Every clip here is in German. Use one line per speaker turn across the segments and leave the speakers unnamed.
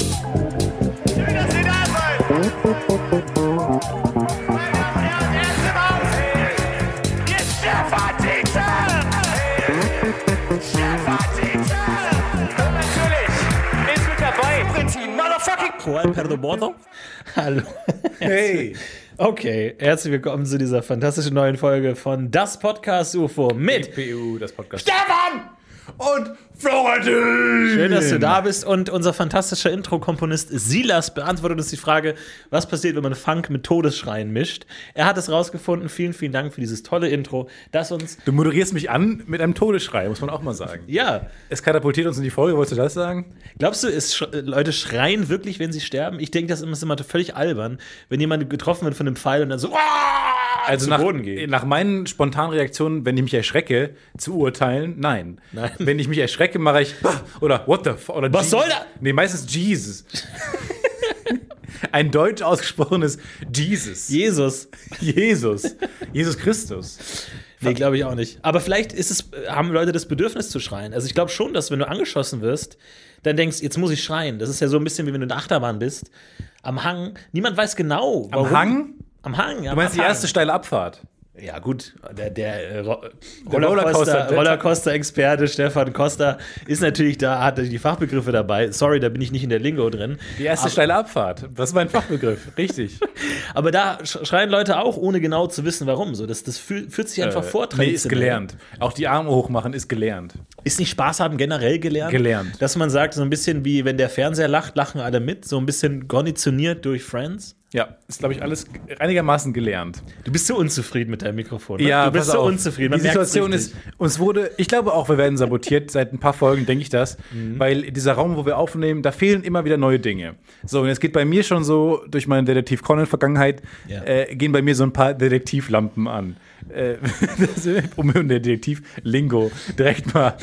Schön, dass Sie da seid. Meine Damen und Herren, erst im Haus ist Stefan Tietze. Stefan Tietze. Und natürlich ist mit dabei Prinzin Motherfucking
Qual perdo bordo?
Hallo. Hey. Okay, herzlich willkommen zu dieser fantastischen neuen Folge von Das Podcast UFO mit
PU, das Podcast.
Stefan und Florentin.
Schön, dass du da bist und unser fantastischer Intro-Komponist Silas beantwortet uns die Frage, was passiert, wenn man Funk mit Todesschreien mischt. Er hat es rausgefunden. Vielen, vielen Dank für dieses tolle Intro, das uns,
Du moderierst mich an mit einem Todesschrei, muss man auch mal sagen.
ja,
Es katapultiert uns in die Folge, wolltest du das sagen?
Glaubst du, ist, sch- äh, Leute schreien wirklich, wenn sie sterben? Ich denke, das ist immer völlig albern, wenn jemand getroffen wird von einem Pfeil und dann so "Aah!" zu
Also nach,
Boden geht.
nach meinen spontanen Reaktionen, wenn ich mich erschrecke, zu urteilen, nein.
Nein.
Wenn ich mich erschrecke, mache ich oder what the fuck oder
Was
Je-
soll da-
Nee, meistens Jesus. Ein deutsch ausgesprochenes Jesus.
Jesus.
Jesus. Jesus Christus.
Nee, glaube ich auch nicht. Aber vielleicht ist es, äh, haben Leute das Bedürfnis zu schreien. Also ich glaube schon, dass wenn du angeschossen wirst, dann denkst, jetzt muss ich schreien. Das ist ja so ein bisschen wie wenn du in der Achterbahn bist. Am Hang. Niemand weiß genau, warum.
Hang?
Am Hang, ja.
Du meinst die erste steile Abfahrt?
Ja, gut, der, der, äh, Ro-
Rollercoaster-
Rollercoaster- Rollercoaster-Experte Stefan Costa ist natürlich da, hat die Fachbegriffe dabei. Sorry, da bin ich nicht in der Lingo drin.
Die erste steile Abfahrt. Das ist mein Fachbegriff. Richtig.
Aber da sch- schreien Leute auch, ohne genau zu wissen, warum. So, das, das fühl, fühlt sich einfach vor.
Äh, Nee, ist gelernt. Auch die Arme hochmachen ist gelernt.
Ist nicht Spaß haben generell gelernt?
Gelernt.
Dass man sagt, so ein bisschen wie, wenn der Fernseher lacht, lachen alle mit. So ein bisschen konditioniert durch Friends.
Ja, ist, glaube ich, alles einigermaßen gelernt.
Du bist so unzufrieden mit deinem Mikrofon. ne? du bist
pass
so
auf.
unzufrieden. man
Die
merkt's
Situation
richtig.
ist, uns wurde, ich glaube auch, wir werden sabotiert. Seit ein paar Folgen denke ich das,
Mhm.
weil dieser Raum, wo wir aufnehmen, da fehlen immer wieder neue Dinge. So, und es geht bei mir schon so, durch meine Detektiv Conan-Vergangenheit,
Ja.
äh, gehen bei mir so ein paar Detektivlampen an. Äh, das ist, um in der Detektiv-Lingo direkt mal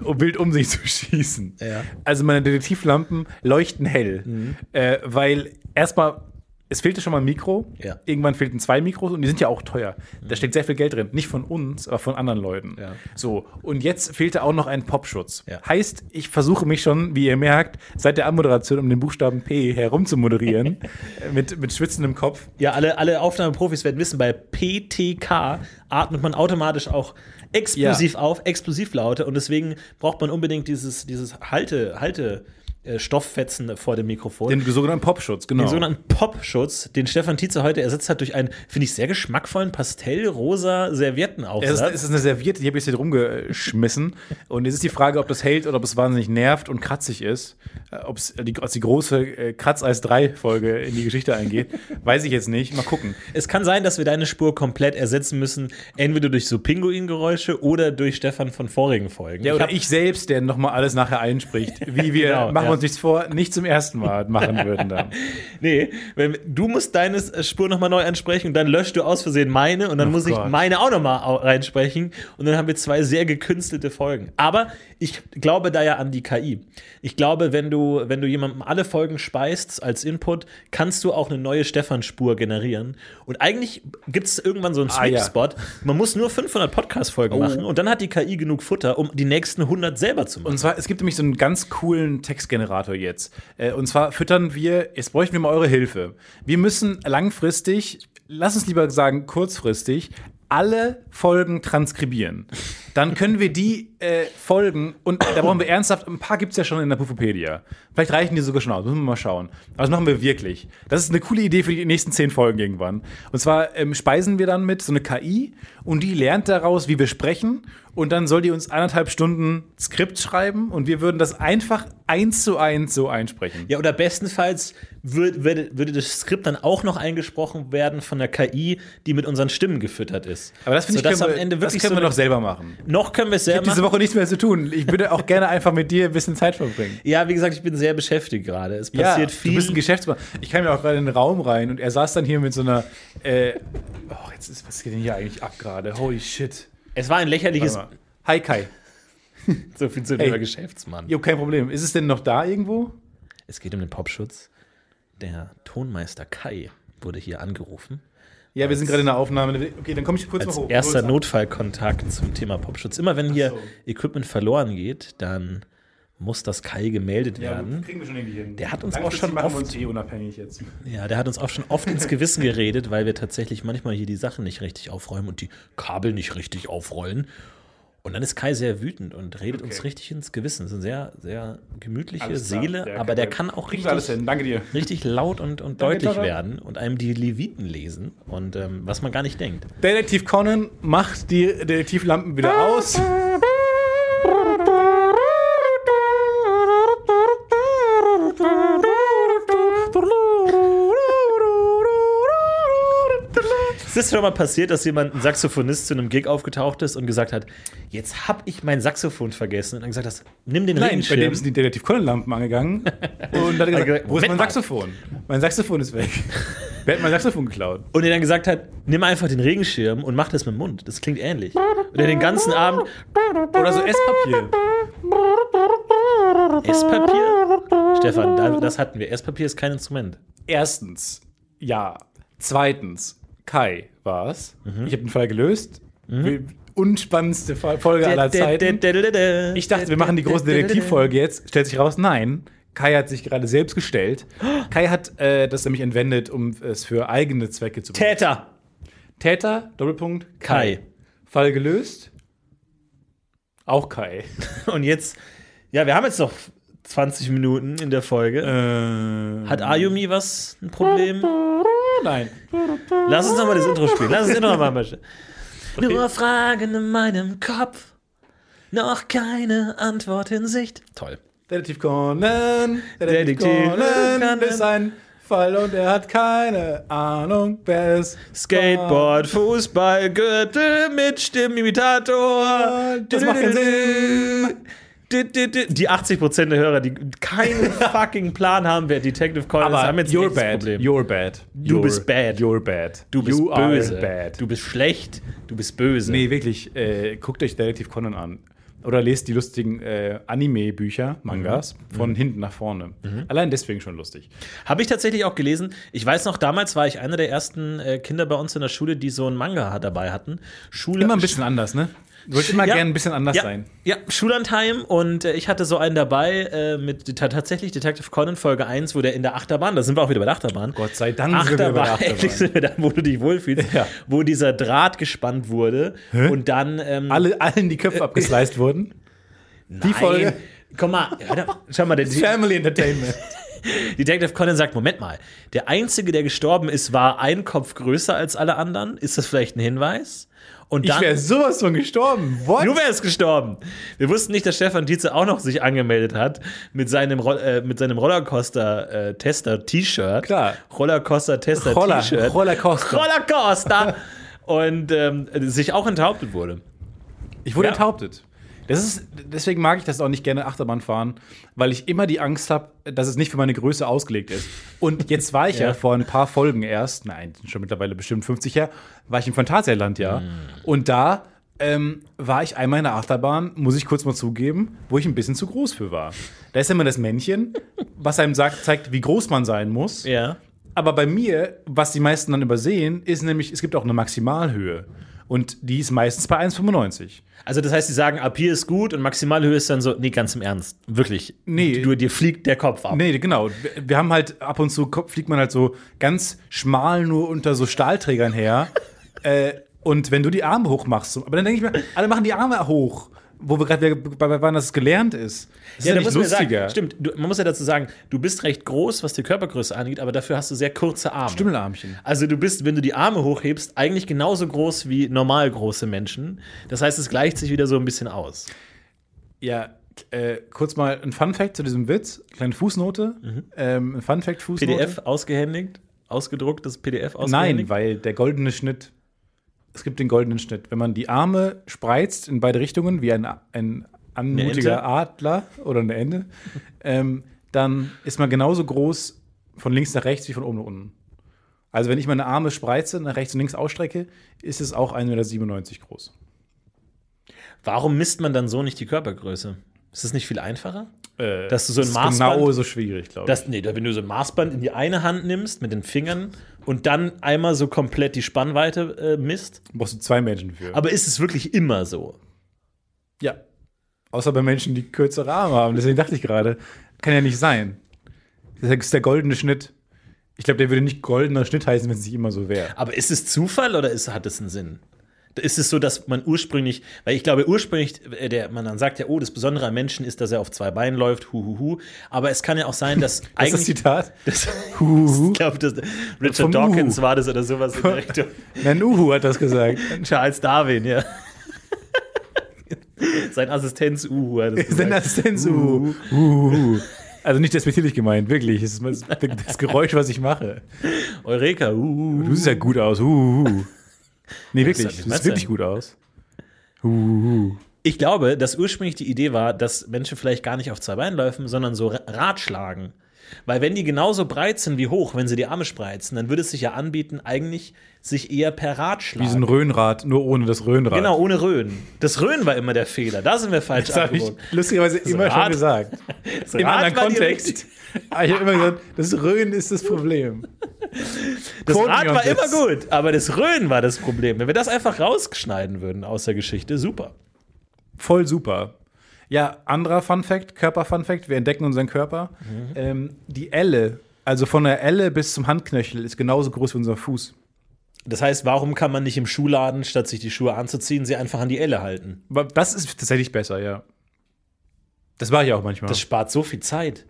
wild um sich zu schießen.
Ja. Mhm.
Also meine Detektivlampen leuchten hell, äh, weil erstmal es fehlte schon mal ein Mikro.
Ja.
Irgendwann fehlten zwei Mikros und die sind ja auch teuer. Da steckt sehr viel Geld drin. Nicht von uns, aber von anderen Leuten.
Mhm. Ja.
So, und jetzt fehlte auch noch ein Popschutz.
Ja.
Heißt, ich versuche mich schon, wie ihr merkt, seit der Anmoderation um den Buchstaben P herum zu moderieren. äh, mit, mit schwitzendem Kopf.
Ja, alle, alle Aufnahmeprofis werden wissen, bei PTK atmet man automatisch auch explosiv auf, explosivlaute und deswegen braucht man unbedingt dieses, dieses Halte, Halte. äh, Stofffetzen vor dem Mikrofon.
Den sogenannten Popschutz, genau.
den sogenannten Popschutz, den Stefan Tietze heute ersetzt hat durch einen, finde ich, sehr geschmackvollen pastellrosa
es,
Serviettenaufsatz.
ist, es ist eine Serviette, die habe ich jetzt hier rumgeschmissen. Und jetzt ist die Frage, ob das hält oder ob es wahnsinnig nervt und kratzig ist. Äh, ob's die- Ob es die große äh, Kratzeis 3-Folge in die Geschichte eingeht, weiß ich jetzt nicht. Mal gucken.
Es kann sein, dass wir deine Spur komplett ersetzen müssen, entweder durch so Pinguingeräusche oder durch Stefan von vorigen Folgen.
Ja,
Ich
oder
hab-
ich, selbst, der nochmal alles nachher einspricht, wie wir,
Genau,
machen wir
ja.
uns nichts vor, nicht zum ersten Mal machen würden dann.
nee, wenn, du musst deine äh, Spur nochmal neu ansprechen und dann löscht du aus Versehen meine und dann muss
Oh Gott.
ich meine auch nochmal reinsprechen und dann haben wir zwei sehr gekünstelte Folgen. Aber ich glaube da ja an die KI. Ich glaube, wenn du, wenn du jemandem alle Folgen speist als Input, kannst du auch eine neue Stefan-Spur generieren. Und eigentlich gibt es irgendwann so einen
Ah, ja. Oh.
Sweet-Spot. Man muss nur 500 Podcast-Folgen machen und dann hat die KI genug Futter, um die nächsten 100 selber zu machen.
Und zwar, es gibt nämlich so einen ganz coolen Textgenerator jetzt. Äh, Und zwar füttern wir, jetzt bräuchten wir mal eure Hilfe. Wir müssen langfristig, lass uns lieber sagen kurzfristig, alle Folgen transkribieren. Dann können wir die äh, Folgen, und da brauchen wir ernsthaft, ein paar gibt es ja schon in der Pufopedia. Vielleicht reichen die sogar schon aus, müssen wir mal schauen. Aber das machen wir wirklich. Das ist eine coole Idee für die nächsten zehn Folgen irgendwann. Und zwar ähm, speisen wir dann mit so eine KI und die lernt daraus, wie wir sprechen. Und dann soll die uns anderthalb Stunden Skript schreiben und wir würden das einfach eins zu eins so einsprechen.
Ja, oder bestenfalls würd, würde, würde das Skript dann auch noch eingesprochen werden von der KI, die mit unseren Stimmen gefüttert ist.
Aber das finde ich,
Sodass
können
am
wir-
Ende
das
wirklich
können
so
wir
eine-
doch selber machen.
Noch können wir es selber
Diese
machen.
Woche nichts mehr zu tun. Ich würde auch gerne einfach mit dir ein bisschen Zeit verbringen.
Ja, wie gesagt, ich bin sehr beschäftigt gerade. Es passiert viel.
Du bist ein Geschäftsmann. Ich kam ja auch gerade in den Raum rein und er saß dann hier mit so einer. Äh, oh, jetzt ist, was geht denn hier eigentlich ab gerade? Holy shit.
es war ein lächerliches,
Warte mal. Hi Kai.
so viel zu
Ey.
dem Geschäftsmann.
Jo, kein Problem. Ist es denn noch da irgendwo?
Es geht um den Popschutz. Der Tonmeister Kai wurde hier angerufen.
Ja, wir sind gerade in der Aufnahme. Okay, dann komme ich kurz
Als
mal hoch.
erster
Kurz ab.
Notfallkontakt zum Thema Popschutz. Immer wenn hier
so.
Equipment verloren geht, dann muss das Kai gemeldet
Ja,
werden.
kriegen wir schon irgendwie hin.
Der hat uns
Langfristig
auch schon
machen wir
oft-
uns eh unabhängig jetzt.
Ja, der hat uns auch schon oft ins Gewissen geredet, weil wir tatsächlich manchmal hier die Sachen nicht richtig aufräumen und die Kabel nicht richtig aufrollen. Und dann ist Kai sehr wütend und redet uns
Okay.
richtig ins Gewissen. Das ist eine sehr, sehr gemütliche
Alles klar.
Seele, aber der kann auch
Kriegen wir alles
richtig,
hin. Danke dir.
richtig laut und, und
Danke,
deutlich
Tara.
werden und einem die Leviten lesen und ähm, was man gar nicht denkt.
Detektiv Conan macht die Detektivlampen
Ah.
wieder aus.
Es ist schon mal passiert, dass jemand, ein Saxophonist, zu einem Gig aufgetaucht ist und gesagt hat, jetzt hab ich mein Saxophon vergessen. Und dann gesagt hast, nimm den
Nein, bei
Regenschirm.
dem sind die Detektiv Conan-Lampen angegangen. Und hat er gesagt,
gesagt,
wo ist
Moment
mein
mal.
Saxophon? Mein Saxophon ist weg. Wer hat mein Saxophon geklaut?
Und er dann gesagt hat, nimm einfach den Regenschirm und mach das mit dem Mund. Das klingt ähnlich. Und er den ganzen Abend
Oder so Esspapier.
Esspapier? Stefan, da- das hatten wir. Esspapier ist kein Instrument.
Erstens, ja. Zweitens, Kai war's.
Mhm.
Ich habe den Fall gelöst. Unspannendste Fa- Folge aller Zeiten. Ich dachte, wir machen die große Detektivfolge jetzt. Stellt sich raus, nein. Kai hat sich gerade selbst gestellt. Kai hat äh, das nämlich entwendet, um es für eigene Zwecke zu benutzen.
Täter.
Täter, Doppelpunkt,
Kai.
Fall gelöst. Auch Kai.
Und jetzt, ja, wir haben jetzt noch 20 Minuten in der Folge.
Äh,
Hat Ayumi was ein Problem?
nein.
Lass uns nochmal das Intro spielen. Lass uns das Intro nochmal spielen. Nur Fragen in meinem Kopf. Noch keine Antwort in Sicht. Toll.
Detektiv Conan. Detektiv
Detektiv
Conan
Conan.
ist ein Fall und er hat keine Ahnung, wer es Ah.
Skateboard, Fußball, Gürtel mit Stimmimitator.
Ah, Das macht keinen
Sinn. Die 80% der Hörer, die keinen fucking Plan haben, wer Detective Conan ist,
war.
haben
Aber
jetzt
you're
echt das
bad.
Problem.
You're bad.
Du
You're-
bist bad.
You're bad.
du bist
You are
böse.
Bad.
Du bist schlecht. Du bist böse.
Nee, wirklich, äh, guckt euch Detektiv Conan an. Oder lest die lustigen äh, Anime-Bücher, Mangas,
Mhm.
von hinten nach vorne. Allein deswegen schon lustig.
Habe ich tatsächlich auch gelesen. Ich weiß noch, damals war ich einer der ersten äh, Kinder bei uns in der Schule, die so einen Manga dabei hatten. Schule,
Immer ein bisschen anders, ne? Du wolltest immer
Ja.
gerne ein bisschen anders
ja,
sein.
Ja, Schullandheim und äh, ich hatte so einen dabei äh, mit det- tatsächlich Detective Conan Folge 1, wo der in der Achterbahn, da sind wir auch wieder bei der Achterbahn.
Gott sei Dank sind wir bei der
Achterbahn,
Achterbahn.
endlich sind wir da, wo du dich wohlfühlst,
Ja.
wo dieser Draht gespannt wurde und dann ähm,
Äh,
Alle, allen die Köpfe abgesleist wurden. Die
Nein,
Folge.
Komm mal, hör doch- schau mal, der
Family Entertainment.
Detective Conan sagt, Moment mal, der Einzige, der gestorben ist, war ein Kopf größer als alle anderen. Ist das vielleicht ein Hinweis? Und
Ich
dann,
wäre sowas von gestorben. What?
du wärst gestorben. Wir wussten nicht, dass Stefan Tietze auch noch sich angemeldet hat mit seinem, Roll- äh, mit seinem äh, Rollercoaster-Tester-T-Shirt.
Klar. Roller,
Rollercoaster-Tester-T-Shirt.
Roller Coaster.
Rollercoaster. Und ähm, sich auch enthauptet wurde.
Ich wurde
Ja.
enthauptet. Das ist, deswegen mag ich das auch nicht gerne Achterbahn fahren, weil ich immer die Angst habe, dass es nicht für meine Größe ausgelegt ist. Und jetzt war ich ja,
Ja.
vor ein paar Folgen erst, nein, sind schon mittlerweile bestimmt 50 her, war ich im Phantasialand, ja.
Mm.
Und da ähm, war ich einmal in der Achterbahn, muss ich kurz mal zugeben, wo ich ein bisschen zu groß für war. Da ist immer das Männchen, was einem sagt, zeigt, wie groß man sein muss.
Ja.
Aber bei mir, was die meisten dann übersehen, ist nämlich, es gibt auch eine Maximalhöhe. Und die ist meistens bei 1,95.
Also das heißt, sie sagen, ab hier ist gut und Maximalhöhe ist dann so, nee, ganz im Ernst, wirklich.
Nee.
Du, dir fliegt der Kopf ab.
Nee, genau. Wir- Wir haben halt ab und zu ko- fliegt man halt so ganz schmal nur unter so Stahlträgern her. äh, und wenn du die Arme hoch machst, so- aber dann denke ich mir, alle machen die Arme hoch, wo wir gerade wieder bei- bei waren, dass es gelernt ist. Das
Ja, da
ist
muss man ja sagen, stimmt, du, man muss ja dazu sagen, du bist recht groß, was die Körpergröße angeht, aber dafür hast du sehr kurze Arme.
Stümmelarmchen.
Also du bist, wenn du die Arme hochhebst, eigentlich genauso groß wie normal große Menschen. Das heißt, es gleicht sich wieder so ein bisschen aus.
Ja, äh, kurz mal ein Fun Fact zu diesem Witz, kleine Fußnote,
Mhm.
ähm, ein Fun Fact Fußnote.
PDF ausgehändigt, ausgedruckt, das PDF
Nein,
ausgehändigt.
weil der goldene Schnitt. Es gibt den goldenen Schnitt. Wenn man die Arme spreizt in beide Richtungen, wie ein, ein anmutiger
Ente?
Adler oder eine Ente, ähm, dann ist man genauso groß von links nach rechts wie von oben nach unten. Also, wenn ich meine Arme spreize, nach rechts und links ausstrecke, ist es auch 1,97 Meter groß.
Warum misst man dann so nicht die Körpergröße? Ist das nicht viel einfacher?
Äh,
Dass du so ein
ist
Maßband-
genau so schwierig, glaube ich.
Das, nee, wenn du so ein Maßband in die eine Hand nimmst mit den Fingern und dann einmal so komplett die Spannweite äh, misst.
brauchst du zwei Menschen für.
Aber ist es wirklich immer so?
ja. Außer bei Menschen, die kürzere Arme haben. Deswegen dachte ich gerade, kann ja nicht sein. Das ist der goldene Schnitt. Ich glaube, der würde nicht goldener Schnitt heißen, wenn es nicht immer so wäre.
Aber ist es Zufall oder ist, hat es einen Sinn? Ist es so, dass man ursprünglich, weil ich glaube, ursprünglich, äh, der, man dann sagt ja, oh, das Besondere am Menschen ist, dass er auf zwei Beinen läuft, hu, hu, hu. Aber es kann ja auch sein, dass
Das ist das
eigentlich.
Zitat.
Das
Huhu.
ich glaube, das-
Vom
Richard Dawkins
Uhu.
war das oder sowas in der Richtung.
Nein, Uhu hat das gesagt.
Charles Darwin, ja. Sein Assistenz Uhu hat es
Sein
gesagt.
Assistenz Uhu. Uhu. Also nicht despektierlich gemeint, wirklich. Es ist das Geräusch, was ich mache.
Eureka, Uhu.
Du siehst ja gut aus. Uhu. Nee,
Das
wirklich.
hat
Du
nicht
siehst wirklich
sein.
gut aus. Uhu.
Ich glaube, dass ursprünglich die Idee war, dass Menschen vielleicht gar nicht auf zwei Beinen laufen, sondern so Ra- Rad schlagen. Weil wenn die genauso breit sind wie hoch, wenn sie die Arme spreizen, dann würde es sich ja anbieten, eigentlich sich eher per Rad
Wie so
schlagen.
ein Röhnrad, nur ohne das Röhnrad.
Ah. Genau, ohne Röhn. Das Röhn war immer der Fehler. Da sind wir falsch
Das habe ich
abgebogen.
lustigerweise immer
Rad-
schon gesagt.
Das
Im
Rad
anderen
war die
Kontext.
richtige-
Aber Ah, ich habe immer gesagt, das Röhnen ist das Problem.
Das
Quoten
Rad
wir
war
uns
immer
jetzt.
gut, aber das Röhn war das Problem. Wenn wir das einfach rausschneiden würden aus der Geschichte, super.
Voll super. Ja, anderer Fun Fact, Körper Fun Fact, wir entdecken unseren Körper.
Mhm.
Ähm, die Elle, also von der Elle bis zum Handknöchel, ist genauso groß wie unser Fuß.
Das heißt, warum kann man nicht im Schuhladen, statt sich die Schuhe anzuziehen, sie einfach an die Elle halten?
Aber das ist tatsächlich besser, ja. Das war ich auch manchmal.
Das spart so viel Zeit.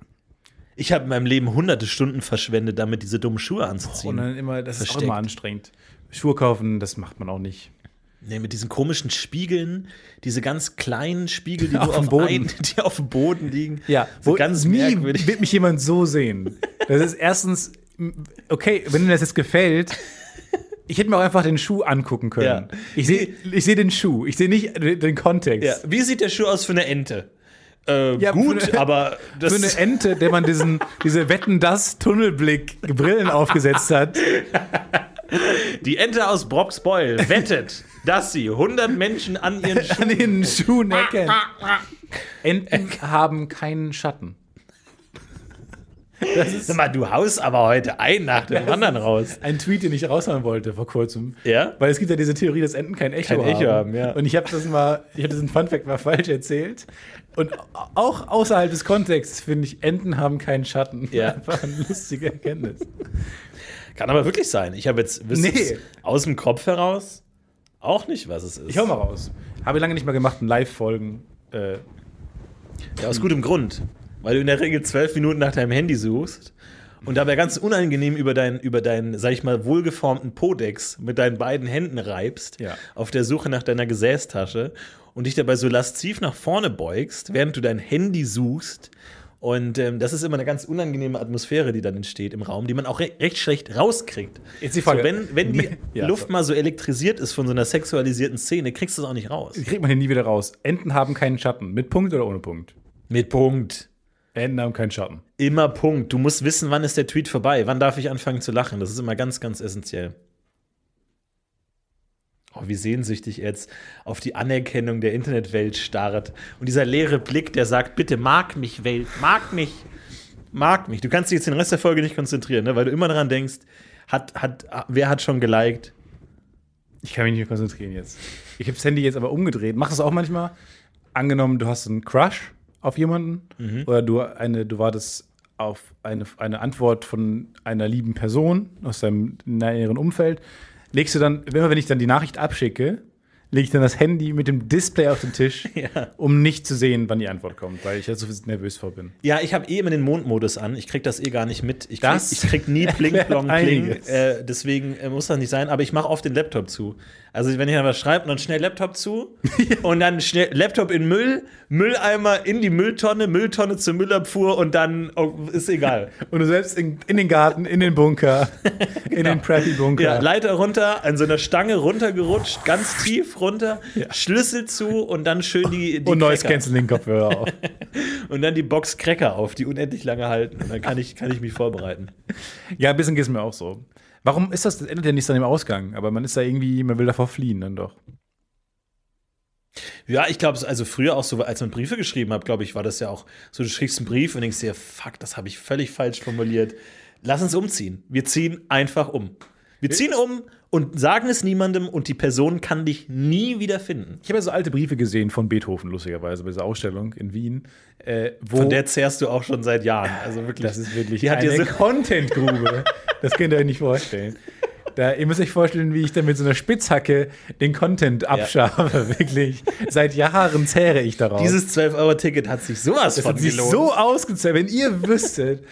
Ich habe in meinem Leben hunderte Stunden verschwendet, damit diese dummen Schuhe
und
anzuziehen.
dann immer, das ist auch
Versteckt.
immer anstrengend. Schuhe kaufen, das macht man auch nicht.
nee, mit diesen komischen Spiegeln, diese ganz kleinen Spiegel, die
Auf
nur
dem
auf
Boden.
Ein, die auf dem Boden liegen.
Ja,
so
wo
ganz
nie
merkwürdig.
wird mich jemand so sehen. Das ist erstens, m, okay, wenn dir das jetzt gefällt, ich hätte mir auch einfach den Schuh angucken können.
Ja.
Ich sehe ich seh den Schuh, ich sehe nicht den den Kontext.
Ja. Wie sieht der Schuh aus für eine Ente? Äh,
Ja,
gut,
für eine-
aber das
Für eine Ente, der man diesen, diese Wetten, das Tunnelblick Brillen aufgesetzt hat.
die Ente aus Broxbeul wettet, dass sie 100 Menschen an ihren Schuhen
an den Schuhen erkennen. Enten haben keinen Schatten.
Sag mal, du haust aber heute ein nach dem anderen raus.
Ein Tweet, den ich raushauen wollte vor kurzem.
Ja?
Weil es gibt ja diese Theorie, dass Enten kein Echo
Kein
haben.
Echo haben, ja.
Und ich habe das mal, ich habe diesen Funfact mal falsch erzählt. Und auch außerhalb des Kontexts finde ich, Enten haben keinen Schatten.
Ja.
Einfach eine lustige Erkenntnis.
Kann aber wirklich sein. Ich habe jetzt wisst
Nee.
ihr's aus dem Kopf heraus auch nicht, was es ist.
Ich hau mal raus. Habe ich lange nicht mehr gemacht, ein Live-Folgen. Äh,
Ja, aus gutem Grund. Weil du in der Regel zwölf Minuten nach deinem Handy suchst und dabei ganz unangenehm über deinen, über deinen, sag ich mal, wohlgeformten Podex mit deinen beiden Händen reibst,
Ja.
auf der Suche nach deiner Gesäßtasche und dich dabei so lasziv nach vorne beugst, während du dein Handy suchst. Und ähm, das ist immer eine ganz unangenehme Atmosphäre, die dann entsteht im Raum, die man auch re recht schlecht rauskriegt.
Jetzt die Frage.
So, wenn, wenn die
Ja.
Luft mal so elektrisiert ist von so einer sexualisierten Szene, kriegst du es auch nicht raus.
Die kriegt man hier nie wieder raus. Enten haben keinen Schatten. Mit Punkt oder ohne Punkt?
Mit Punkt.
Enten haben keinen Schatten.
Immer Punkt. Du musst wissen, wann ist der Tweet vorbei. Wann darf ich anfangen zu lachen? Das ist immer ganz, ganz essentiell. Oh, wie sehnsüchtig er jetzt auf die Anerkennung der Internetwelt starrt. Und dieser leere Blick, der sagt, bitte mag mich, Welt, mag mich, mag mich. Du kannst dich jetzt den Rest der Folge nicht konzentrieren, ne? weil du immer daran denkst, hat, hat, wer hat schon geliked?
Ich kann mich nicht mehr konzentrieren jetzt. Ich habe das Handy jetzt aber umgedreht. Machst du das auch manchmal? Angenommen, du hast einen Crush auf jemanden oder du, eine, du wartest auf eine, eine Antwort von einer lieben Person aus deinem näheren Umfeld. Legst du dann, immer wenn ich dann die Nachricht abschicke, lege ich dann das Handy mit dem Display auf den Tisch, um nicht zu sehen, wann die Antwort kommt, weil ich ja so nervös vor bin.
Ja, ich habe eh immer den Mondmodus an. Ich krieg das eh gar nicht mit. Ich krieg,
Das
ich krieg nie Pling Plong Pling.
einiges.
Äh, deswegen äh, muss das nicht sein. Aber ich mache oft den Laptop zu. Also wenn ich dann was schreibe, dann schnell Laptop zu und dann schnell Laptop in Müll, Mülleimer in die Mülltonne, Mülltonne zur Müllabfuhr und dann oh, ist egal.
Und du selbst in, in den Garten, in den Bunker, in den Preppy-Bunker.
Ja, Leiter runter, an so einer Stange runtergerutscht, ganz tief runter, Schlüssel zu und dann schön die, die
und neues
Cracker.
Canceling-Kopfhörer auf.
und dann die Box Cracker auf, die unendlich lange halten. Und dann kann ich, kann ich mich vorbereiten.
Ja, ein bisschen geht es mir auch so. Warum ist das, das endet ja nichts an dem Ausgang, aber man ist da irgendwie, man will davor fliehen dann doch.
Ja, ich glaube, also früher auch so, als man Briefe geschrieben hat, glaube ich, war das ja auch so, du schriebst einen Brief und denkst dir, fuck, das habe ich völlig falsch formuliert. Lass uns umziehen. Wir ziehen einfach um. Wir
Äh,
ziehen um und sagen es niemandem und die Person kann dich nie wieder finden.
Ich habe ja so alte Briefe gesehen von Beethoven, lustigerweise, bei dieser Ausstellung in Wien. Äh, wo
Von der zehrst du auch schon seit Jahren. Also wirklich.
das ist wirklich
Die hat dir
eine
so,
Content-Grube. das könnt ihr euch nicht vorstellen. Da, ihr müsst euch vorstellen, wie ich da mit so einer Spitzhacke den Content abschabe, wirklich. Seit Jahren zehre ich darauf.
dieses 12-Euro-Ticket hat sich sowas
Das
von
hat sich
gelohnt.
so ausgezahlt, wenn ihr wüsstet.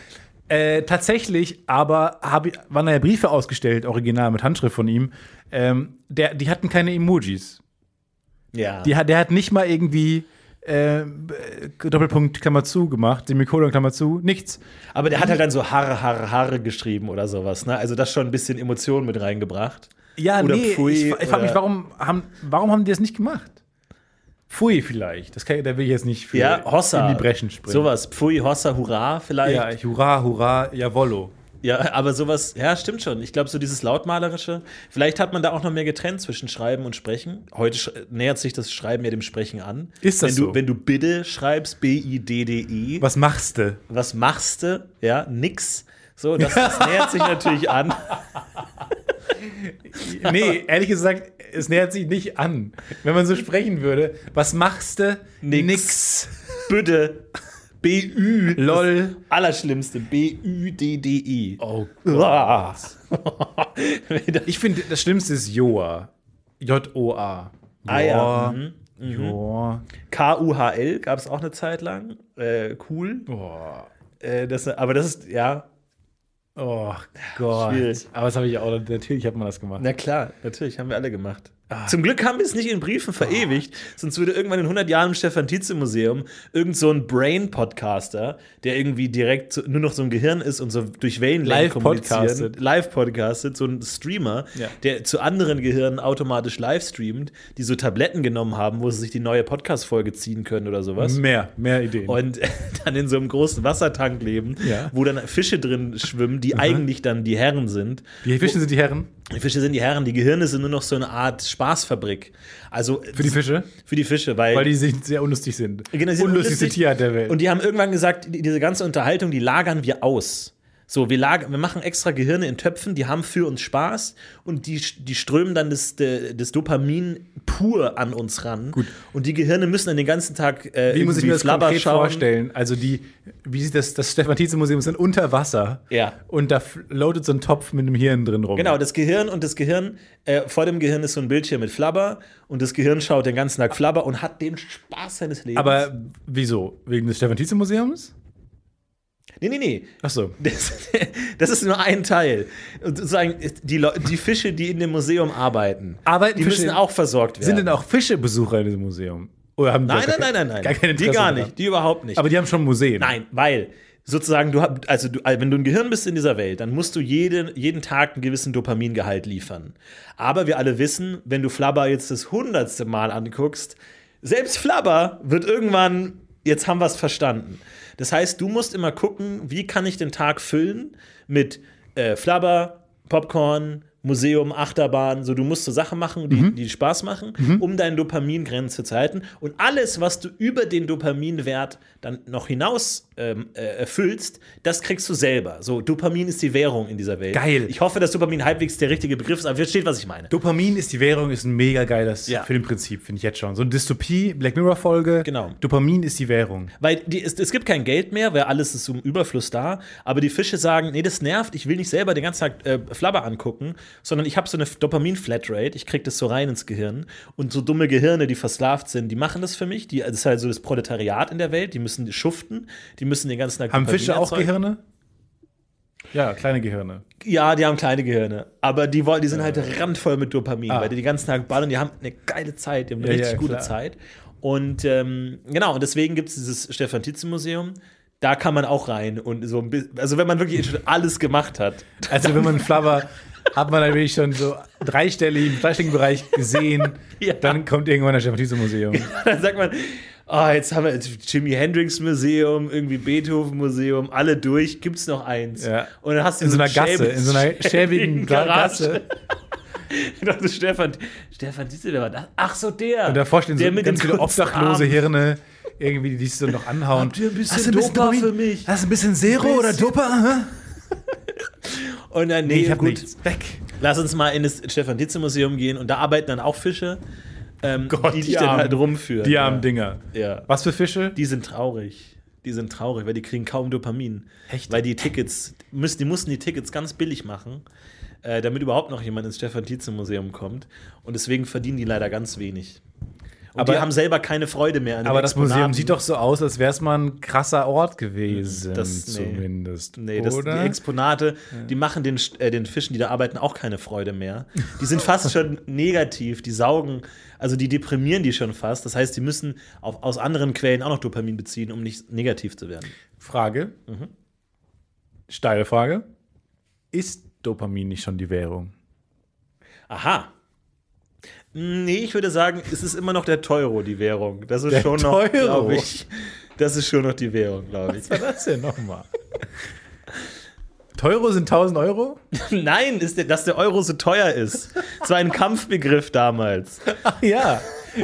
Äh, tatsächlich, aber hab, ich- waren da ja Briefe ausgestellt, original mit Handschrift von ihm. Ähm, der, die hatten keine Emojis.
ja.
Die, hat- der hat nicht mal irgendwie äh, Doppelpunkt Klammer zu gemacht, Semikolon Klammer zu, nichts.
Aber der hat halt dann so Haare, Haare, Haare geschrieben oder sowas. Ne? Also das schon ein bisschen Emotionen mit reingebracht.
Ja,
Oder
nee,
Pfui,
ich, ich frage mich,
oder-
warum haben, warum haben die das nicht gemacht? Pfui vielleicht. Das kann, da will ich jetzt nicht für
Ja, Hossa.
in die Breschen springen.
Sowas. Pfui, Hossa, Hurra vielleicht.
Ja, ich, hurra, hurra, jawollo.
Ja, aber sowas, ja, stimmt schon. Ich glaube, so dieses Lautmalerische, vielleicht hat man da auch noch mehr getrennt zwischen Schreiben und Sprechen. Heute sch nähert sich das Schreiben ja dem Sprechen an.
Ist das
wenn du,
so?
Wenn du bitte schreibst, B-I-D-D-I, was,
Was machst du?
E, machst du? Ja, nix. So, das, das nähert sich natürlich an.
Nee, ehrlich gesagt, es nähert sich nicht an. Wenn man so sprechen würde, was machst du?
Nix. Bitte. B-Ü.
Lol.
Allerschlimmste. B-Ü-D-D-I.
Oh.
Ah.
Ich finde, das Schlimmste ist Joa. J-O-A.
Ah, ja.
Joa.
Mhm.
Joa.
K-U-H-L gab es auch eine Zeit lang. Äh, cool.
Oh.
Äh, das, aber das ist, ja,
Oh Gott.
Schwierig. Ne,
Aber das habe ich auch, natürlich hat man das gemacht.
Na klar, natürlich, haben wir alle gemacht.
Ah.
Zum Glück haben wir es nicht in Briefen verewigt, sonst würde irgendwann in 100 Jahren im Stefan-Tietze-Museum irgend so ein Brain-Podcaster, der irgendwie direkt so- nur noch so ein Gehirn ist und so durch Wellenlängen
Live podcastet.
live-podcastet, so ein Streamer,
Ja.
der zu anderen Gehirnen automatisch live streamt, die so Tabletten genommen haben, wo sie sich die neue Podcast-Folge ziehen können oder sowas.
Mehr, mehr Ideen.
Und dann in so einem großen Wassertank leben,
Ja.
wo dann Fische drin schwimmen, die eigentlich dann die Herren sind.
Wie fischen Sie die Herren?
Die Fische sind die Herren, die Gehirne sind nur noch so eine Art Spaßfabrik. Also
Für die Fische?
Für die Fische, weil,
Weil die sind sehr unlustig sind.
Genau, die sind
Unlustigste
unlustig.
Tierart der Welt.
und die haben irgendwann gesagt, die- diese ganze Unterhaltung, die lagern wir aus. So, wir, lagen, wir machen extra Gehirne in Töpfen, die haben für uns Spaß und die, die strömen dann das, de- das Dopamin pur an uns ran. Gut. Und die Gehirne müssen dann den ganzen Tag äh,
Wie muss ich
irgendwie
mir das
Flabber
konkret
schauen.
vorstellen? Also die, wie sieht das, das Stefan-Tietze-Museum ist dann unter Wasser.
Ja.
Und da f- lautet so ein Topf mit einem Hirn drin rum.
Genau, das Gehirn und das Gehirn, äh, vor dem Gehirn ist so ein Bildschirm mit Flabber und das Gehirn schaut den ganzen Tag Flabber und hat den Spaß seines Lebens.
Aber wieso? Wegen des Stefan-Tietze-Museums?
nee, nee, nee.
Achso.
Das, das ist nur ein Teil. Und sozusagen, die, Leu- die Fische, die in dem Museum arbeiten,
Arbeiten
die
Fische
müssen
in-
auch versorgt werden.
Sind denn auch Fische Besucher in diesem Museum? Oder haben die
nein,
auch
nein,
gar
nein,
kein-
nein, nein.
Gar kein
die
Interesse
gar
daran?
nicht, die überhaupt nicht.
Aber die haben schon Museen.
Nein, weil sozusagen du hab- also du, wenn du ein Gehirn bist in dieser Welt, dann musst du jeden, jeden Tag einen gewissen Dopamingehalt liefern. Aber wir alle wissen, wenn du Flabber jetzt das hundertste Mal anguckst, selbst Flabber wird irgendwann, jetzt haben wir es verstanden. Das heißt, du musst immer gucken, wie kann ich den Tag füllen mit äh, Flabber, Popcorn, Museum, Achterbahn, so du musst so Sachen machen, die, die Spaß machen, um deinen Dopamingrenzen zu halten. Und alles, was du über den Dopaminwert dann noch hinaus ähm, äh, erfüllst, das kriegst du selber. So, Dopamin ist die Währung in dieser Welt.
Geil.
Ich hoffe, dass Dopamin halbwegs der richtige Begriff ist, aber ihr versteht, was ich meine.
Dopamin ist die Währung, ist ein mega geiles
Ja.
Filmprinzip, finde ich jetzt schon. So eine Dystopie, Black Mirror-Folge.
Genau.
Dopamin ist die Währung.
Weil die, es, es gibt kein Geld mehr, weil alles ist im Überfluss da. Aber die Fische sagen, nee, das nervt, ich will nicht selber den ganzen Tag äh, Flabber angucken, sondern ich habe so eine Dopamin-Flatrate, ich krieg das so rein ins Gehirn. Und so dumme Gehirne, die versklavt sind, die machen das für mich. Die, das ist halt so das Proletariat in der Welt, die müssen schuften, die müssen den ganzen Tag
Haben
Dopamin
Fische auch
erzeugen.
Gehirne? Ja, kleine Gehirne.
Ja, die haben kleine Gehirne. Aber die, wollen, die sind halt randvoll mit Dopamin, weil die den ganzen Tag ballern. Die haben eine geile Zeit, die haben eine
Ah. Ja,
richtig
ja,
gute
klar.
Zeit. Und ähm, genau, und deswegen gibt es dieses Stefan-Tietze-Museum. Da kann man auch rein. Und so ein bisschen, also wenn man wirklich schon alles gemacht hat.
Also wenn man Flubber hat man natürlich schon so dreistellig, im dreistelligen Bereich gesehen.
Ja.
Dann kommt irgendwann das Stefan-Tietze-Museum.
Dann sagt man, oh, jetzt haben wir jetzt Jimi Hendrix Museum, irgendwie Beethoven Museum, alle durch, gibt's noch eins.
Ja.
Und dann hast du
In so einer
einen
Gasse,
schäbigen-
in so einer schäbigen Ga- Gasse.
Ich dachte, Stefan, Stefan Diesel, wer war das? Ach so, der.
Und davor stehen so
der mit
ganz
dem
viele
kurzen
obdachlose
Arm.
Hirne, irgendwie, die dich so noch anhauen.
Habt ihr ein bisschen
Hast du
Dopa
Dopamin?
für mich?
Hast du ein bisschen Zero
Bisschen.
oder Dopa? Hä?
Und dann, nee,
ich hab
gut,
nichts.
weg. Lass uns mal in das Stefan Tietze Museum gehen und da arbeiten dann auch Fische, ähm,
Gott,
die dich
die
dann
Armen.
halt rumführen.
Die
ja.
armen Dinger.
Ja.
Was für Fische?
Die sind traurig. Die sind traurig, weil die kriegen kaum Dopamin.
Echt?
Weil die Tickets, müssen, die mussten die Tickets ganz billig machen, äh, damit überhaupt noch jemand ins Stefan Tietze Museum kommt. Und deswegen verdienen die leider ganz wenig. Und
Aber-
die haben selber keine Freude mehr an den
aber das Museum
Exponaten.
sieht doch so aus, als wäre es mal ein krasser Ort gewesen.
Das- nee.
zumindest.
Nee, das, die
oder?
Exponate, die machen den, St- äh, den Fischen, die da arbeiten, auch keine Freude mehr. Die sind fast schon negativ, die saugen, also die deprimieren die schon fast. Das heißt, die müssen auf, aus anderen Quellen auch noch Dopamin beziehen, um nicht negativ zu werden.
Frage. Steile Frage. Ist Dopamin nicht schon die Währung?
Aha. Nee, ich würde sagen, es ist immer noch der Teuro, die Währung. Das ist
Der
schon noch,
Teuro.
glaube ich. Das ist schon noch die Währung, glaube ich.
war das denn nochmal? Teuro sind 1000 Euro?
Nein, ist der, dass der Euro so teuer ist. Es war ein Kampfbegriff damals.
Ach ja,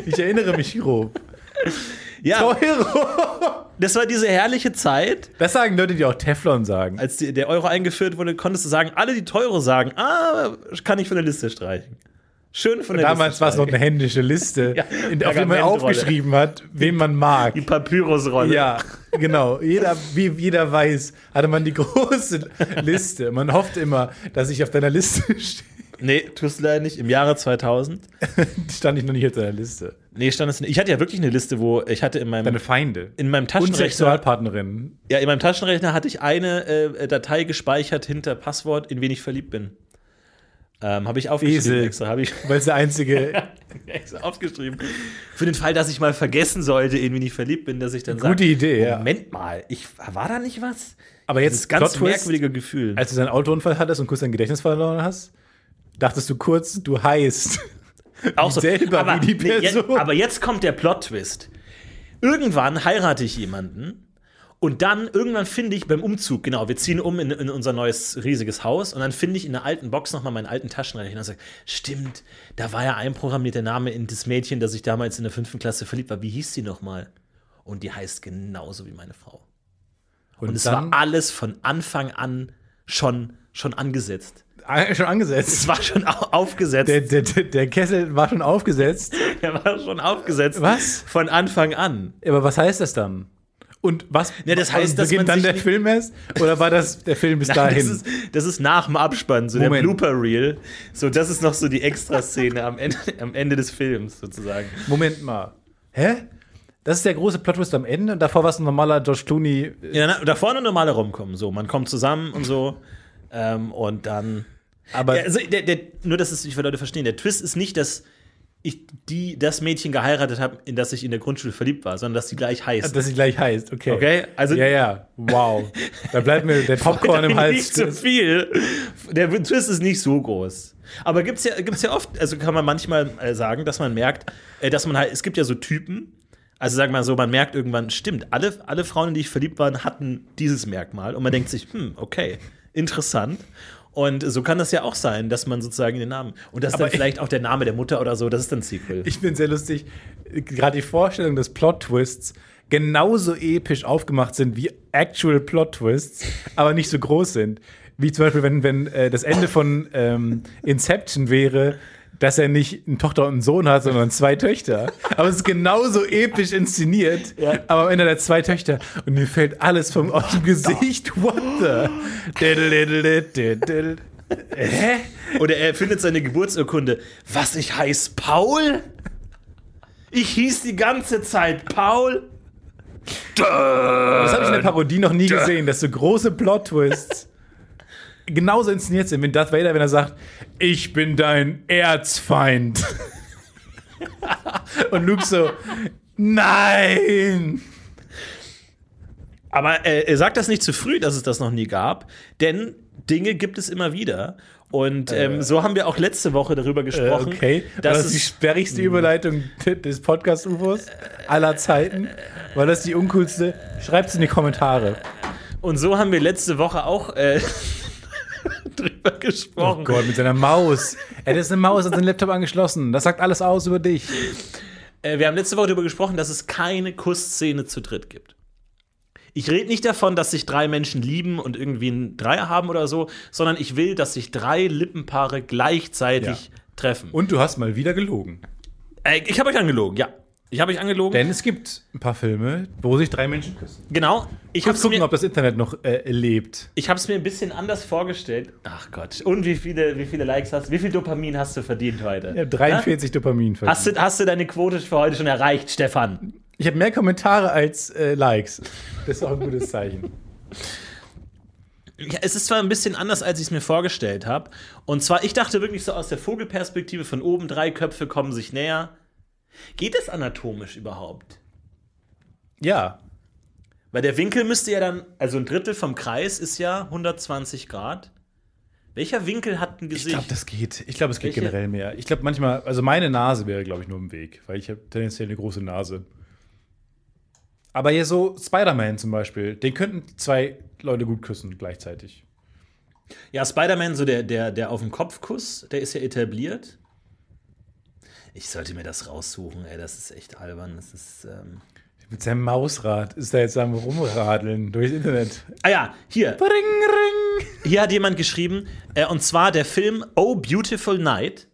ich erinnere mich grob.
Ja,
Euro!
das war diese herrliche Zeit,
Das sagen Leute, die auch Teflon sagen.
als die, der Euro eingeführt wurde, konntest du sagen, alle, die teure sagen, ah, kann ich von der Liste streichen. Schön von der
Damals
Liste
war es noch
streichen.
eine händische Liste,
Ja,
in der auf der man
Pergamentrolle.
aufgeschrieben hat, wen man mag.
Die Papyrusrolle.
Ja, genau. Jeder, wie jeder weiß, hatte man die große Liste. Man hofft immer, dass ich auf deiner Liste stehe.
Nee, tust du leider nicht. Im Jahre 2000.
Stand ich noch nicht auf deiner Liste.
Nee, stand es nicht. Ich hatte ja wirklich eine Liste, wo ich hatte in meinem,
Deine Feinde.
in meinem
Und
Taschenrechner
Sexualpartnerinnen.
Ja, in meinem Taschenrechner hatte ich eine äh, Datei gespeichert hinter Passwort, in wen ich verliebt bin. Ähm, habe ich aufgeschrieben
Esel.
extra. Habe ich
Weil es der einzige
extra aufgeschrieben. Für den Fall, dass ich mal vergessen sollte, in wen ich verliebt bin, dass ich dann sage:
gute Idee, ja.
Moment mal, ich, war da nicht was?
Aber
Das
jetzt
ist ganz
Plot-Twist.
merkwürdige Gefühl.
Als du deinen Autounfall hattest und kurz dein Gedächtnis verloren hast, dachtest du kurz, du heißt.
auch
selber wie die
nee, je-
Person.
aber jetzt kommt der Plot-Twist. Irgendwann heirate ich jemanden und dann irgendwann finde ich beim Umzug, genau, wir ziehen um in, in unser neues riesiges Haus und dann finde ich in der alten Box nochmal meinen alten Taschenrechner und sage, stimmt, da war ja einprogrammiert der Name in das Mädchen, das ich damals in der fünften Klasse verliebt war. Wie hieß sie nochmal? Und die heißt genauso wie meine Frau. Und es war alles von Anfang an schon, schon angesetzt.
Ah, Schon
Es
angesetzt.
war schon au- aufgesetzt.
Der, der, der der Kessel war schon aufgesetzt.
Der war schon aufgesetzt.
Was?
Von Anfang an.
Aber was heißt das dann? Und was
Ja, das heißt,
und
dass
beginnt
man
dann
sich
der
nicht-
Film erst? Oder war das der Film bis dahin?
Das ist, das ist nach dem Abspann, so
Moment.
der Blooper-Reel. So, das ist noch so die Extraszene am Ende, am Ende des Films sozusagen.
Moment mal. Hä? Das ist der große Plot-Twist am Ende und davor war es ein normaler Josh Clooney. äh,
Ja, na, da vorne normale rumkommen. So, man kommt zusammen und so. Ähm, und dann.
Aber
Ja, also der, der, nur, dass es die Leute verstehen. Der Twist ist nicht, dass ich die, das Mädchen geheiratet habe, in das ich in der Grundschule verliebt war, sondern dass sie gleich heißt.
dass sie gleich heißt, okay.
Okay, also-
ja, ja. Wow. Da bleibt mir der Popcorn im Hals.
Nicht so viel. Der Twist ist nicht so groß. Aber gibt's ja, gibt's ja oft, also kann man manchmal äh, sagen, dass man merkt, äh, dass man halt, es gibt ja so Typen, also sagen wir mal so, man merkt irgendwann, stimmt, alle, alle Frauen, in die ich verliebt war, hatten dieses Merkmal und man denkt sich, hm, okay, interessant. Und so kann das ja auch sein, dass man sozusagen den Namen. Und das ist dann
Aber ich-
vielleicht auch der Name der Mutter oder so, das ist dann Sequel.
Ich bin sehr lustig. Gerade die Vorstellung des Plot-Twists genauso episch aufgemacht sind wie actual Plot-Twists, aber nicht so groß sind. Wie zum Beispiel, wenn, wenn äh, das Ende von ähm, Inception wäre, dass er nicht eine Tochter und einen Sohn hat, sondern zwei Töchter. Aber es ist genauso episch inszeniert, aber am Ende hat er zwei Töchter und mir fällt alles vom, aus dem Gesicht. What the? Diddle-diddle-diddle. Hä?
Oder er findet seine Geburtsurkunde. Was, ich heiße Paul? Ich hieß die ganze Zeit Paul?
Das habe ich in der Parodie noch nie gesehen, dass so große Plot-Twists genauso inszeniert sind, wenn Darth Vader, wenn er sagt, ich bin dein Erzfeind. Und Luke so, nein!
Aber äh, er sagt das nicht zu früh, dass es das noch nie gab, denn Dinge gibt es immer wieder. Und ähm, so haben wir auch letzte Woche darüber
Äh,
gesprochen.
Okay,
dass
das, ist Hm. die
es,
sperrigste Überleitung des Podcast-UFOs aller Zeiten. War das die uncoolste? Schreibt's in die Kommentare.
und so haben wir letzte Woche auch äh, drüber gesprochen.
Oh Gott, mit seiner Maus. Er hat jetzt eine Maus an seinen Laptop angeschlossen. Das sagt alles aus über dich.
Äh, wir haben letzte Woche darüber gesprochen, dass es keine Kussszene zu dritt gibt. Ich rede nicht davon, dass sich drei Menschen lieben und irgendwie einen Dreier haben oder so, sondern ich will, dass sich drei Lippenpaare gleichzeitig treffen.
Und du hast mal wieder gelogen.
äh, ich habe euch angelogen, ja. Ich habe euch angelogen.
Denn es gibt ein paar Filme, wo sich drei Menschen küssen.
genau. Ich habe
Kurz
es
gucken,
mir,
ob das Internet noch äh, lebt.
ich hab's mir ein bisschen anders vorgestellt. Ach Gott. Und wie viele, wie viele Likes hast du? Wie viel Dopamin hast du verdient heute?
Ich habe 43 Dopamin
Ja? Hast, du, hast du deine Quote für heute schon erreicht, Stefan?
Ich habe mehr Kommentare als äh, Likes. Das ist auch ein gutes Zeichen.
Ja, es ist zwar ein bisschen anders, als ich es mir vorgestellt habe. Und zwar, ich dachte wirklich so aus der Vogelperspektive von oben, drei Köpfe kommen sich näher. Geht das anatomisch überhaupt?
ja.
Weil der Winkel müsste ja dann, also ein Drittel vom Kreis ist ja 120 Grad. Welcher Winkel hat ein
Ich
Gesicht?
glaube, das geht. Ich glaube, es geht
Welche?
generell mehr. Ich glaube, manchmal, also meine Nase wäre, glaube ich, nur im Weg, weil ich habe tendenziell eine große Nase. Aber hier so Spider-Man zum Beispiel, den könnten zwei Leute gut küssen gleichzeitig.
ja, Spider-Man, so der, der, der auf dem Kopfkuss, der ist ja etabliert. Ich sollte mir das raussuchen, ey, das ist echt albern. Das ist. Ähm
Mit seinem Mausrad ist er jetzt am Rumradeln durchs Internet.
ah ja, hier.
Ring, ring!
Hier hat jemand geschrieben, äh, und zwar der Film Oh Beautiful Night.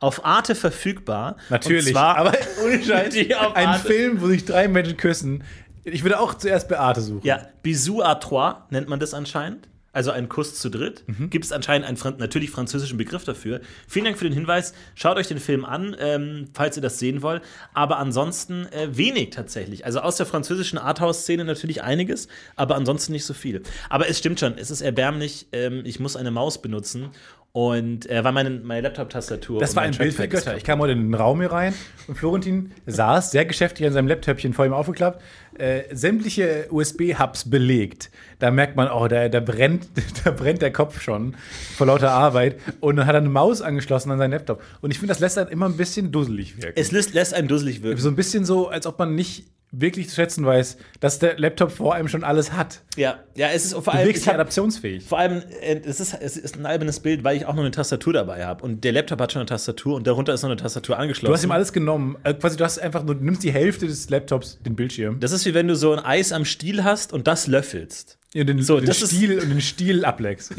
Auf Arte verfügbar.
Natürlich.
Und zwar,
aber ohne Scheiß,
Die auf
ein
Arte.
Film, wo sich drei Menschen küssen. Ich würde auch zuerst Beate suchen.
ja, Bisou à trois nennt man das anscheinend. Also ein Kuss zu dritt.
Mhm.
Gibt es anscheinend einen Fran natürlich französischen Begriff dafür. Vielen Dank für den Hinweis. Schaut euch den Film an, ähm, falls ihr das sehen wollt. Aber ansonsten äh, wenig tatsächlich. Also aus der französischen Arthouse-Szene natürlich einiges, aber ansonsten nicht so viel. Aber es stimmt schon, es ist erbärmlich. Ähm, ich muss eine Maus benutzen. Und äh, weil meine, meine Laptop-Tastatur.
Das
und
war
mein
ein Bild für
Trackpad ist
Götter. Ich kam heute in den Raum hier rein und Florentin saß sehr geschäftig an seinem Laptöpchen vor ihm aufgeklappt, äh, sämtliche USB-Hubs belegt. Da merkt man, oh, da, da, brennt, da brennt der Kopf schon vor lauter Arbeit. Und dann hat er eine Maus angeschlossen an seinen Laptop. Und ich finde, das lässt dann immer ein bisschen dusselig wirken.
Es lässt, lässt einen dusselig wirken.
so ein bisschen so, als ob man nicht wirklich zu schätzen weiß, dass der Laptop vor einem schon alles hat.
Ja, ja, es ist vor
Du
allem.
wirkst
Also Ich
ja
hab,
adaptionsfähig.
vor allem, äh, es ist, es ist ein albernes Bild, weil ich auch noch eine Tastatur dabei habe. Und der Laptop hat schon eine Tastatur und darunter ist noch eine Tastatur angeschlossen.
Du hast ihm alles genommen. Äh, quasi, du hast einfach nur, du nimmst die Hälfte des Laptops, den Bildschirm.
das ist wie wenn du so ein Eis am Stiel hast und das löffelst.
Ja, den,
So,
den
das ist-
Stiel und den Stiel ableckst.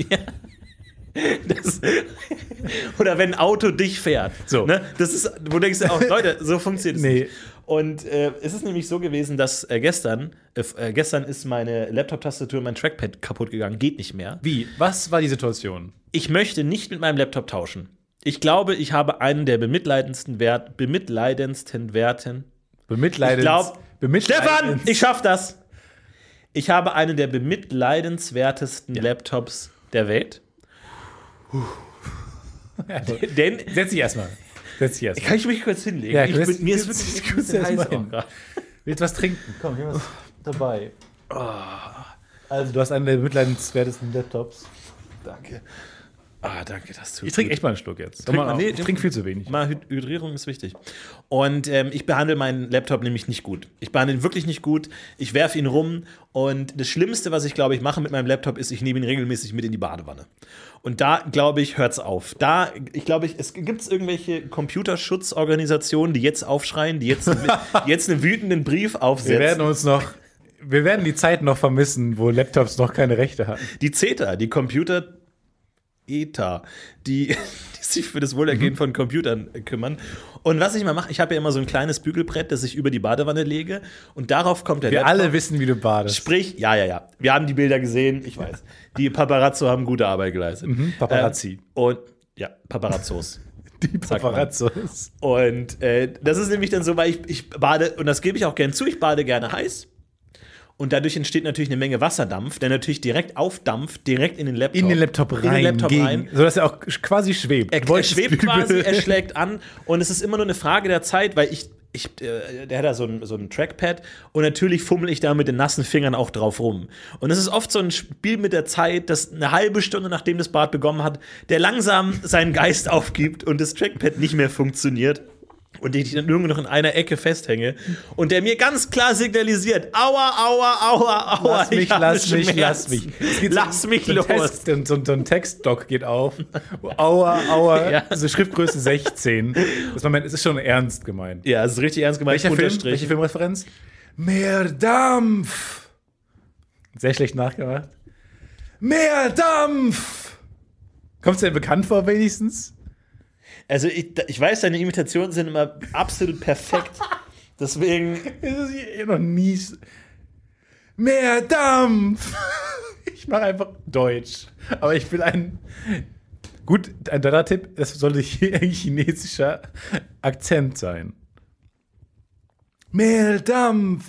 Das, oder wenn ein Auto dich fährt.
So.
Ne? Das ist, wo denkst du auch, Leute, so funktioniert es
Nee.
nicht. Und äh, es ist nämlich so gewesen, dass äh, gestern, äh, f- äh, gestern ist meine Laptop-Tastatur und mein Trackpad kaputt gegangen, geht nicht mehr.
Wie? Was war die Situation?
Ich möchte nicht mit meinem Laptop tauschen. Ich glaube, ich habe einen der bemitleidendsten Wert, bemitleidendsten Werten.
Bemitleidens.
Ich glaub-
bemitleidens-
Stefan, ich schaff das. Ich habe einen der bemitleidenswertesten Laptops der Welt.
Also,
Denn
Setz dich erstmal. Setz dich erstmal.
Kann ich mich kurz hinlegen?
Ja,
ich
Chris,
bin, mir ist
Chris,
wirklich
Chris,
kurz heiß
erst mal hin.
auch gerade.
Willst du was trinken? Komm, hier was dabei. Also, du hast einen der mitleidenswertesten Laptops.
Danke. Ah, danke, das tut
Ich trinke
gut.
echt mal einen Schluck jetzt.
Trink
Komm mal
mal-
auf.
nee,
ich trinke viel zu wenig.
Mal Hyd- Hydrierung ist wichtig. Und ähm, ich behandle meinen Laptop nämlich nicht gut. Ich behandle ihn wirklich nicht gut. Ich werfe ihn rum. Und das Schlimmste, was ich glaube ich mache mit meinem Laptop, ist, ich nehme ihn regelmäßig mit in die Badewanne. Und da glaube ich, hört's auf. Da, ich glaube, ich, es gibt irgendwelche Computerschutzorganisationen, die jetzt aufschreien, die jetzt, die jetzt einen wütenden Brief
Wir
aufsetzen.
werden uns noch. Wir werden die Zeit noch vermissen, wo Laptops noch keine Rechte hatten.
Die CETA, die Computer ETA, die, die sich für das Wohlergehen
Mhm.
von Computern äh, kümmern. Und was ich mal mache, ich habe ja immer so ein kleines Bügelbrett, das ich über die Badewanne lege und darauf kommt der
Wir
Laptop.
alle wissen, wie du badest.
Sprich, ja, ja, ja. Wir haben die Bilder gesehen, ich weiß. Die Paparazzo haben gute Arbeit geleistet.
Mhm, Paparazzi.
Ähm, und ja, Paparazzos.
die
sag mal.
Paparazzos.
Und äh, das ist nämlich dann so, weil ich, ich bade, und das gebe ich auch gern zu, ich bade gerne heiß. Und dadurch entsteht natürlich eine Menge Wasserdampf, der natürlich direkt aufdampft, direkt in den Laptop.
In den Laptop rein.
In den Laptop
gegen,
rein.
Sodass er auch quasi schwebt.
Er, er
Wolltest
schwebt
übel.
quasi, er schlägt an. Und es ist immer nur eine Frage der Zeit, weil ich, ich äh, der hat da so ein, so ein Trackpad und natürlich fummel ich da mit den nassen Fingern auch drauf rum. Und es ist oft so ein Spiel mit der Zeit, dass eine halbe Stunde nachdem das Bad begonnen hat, der langsam seinen Geist aufgibt und das Trackpad nicht mehr funktioniert. Und ich dann irgendwo noch in einer Ecke festhänge und der mir ganz klar signalisiert: Aua, aua, aua, aua.
Lass mich,
ich habe
lass mich,
Schmerz.
lass mich. Es geht so-
Lass mich
so ein
los.
Test, so, ein- so ein Textdoc geht auf. Aua, aua.
Ja.
Also Schriftgröße 16. Das Moment, es ist schon ernst gemeint.
Ja, es ist richtig ernst gemeint.
Welcher Film?
Unterstrich.
Welche Filmreferenz? Mehr Dampf. Sehr schlecht nachgemacht. Mehr Dampf. Kommst du dir bekannt vor wenigstens?
Also ich, ich weiß, deine Imitationen sind immer absolut perfekt. Deswegen,
Es ist hier eh noch nie. s- Mehr Dampf! Ich mache einfach Deutsch. Aber ich will einen. Gut, ein dritter Tipp: Das sollte chi- ein chinesischer Akzent sein. Mehr Dampf!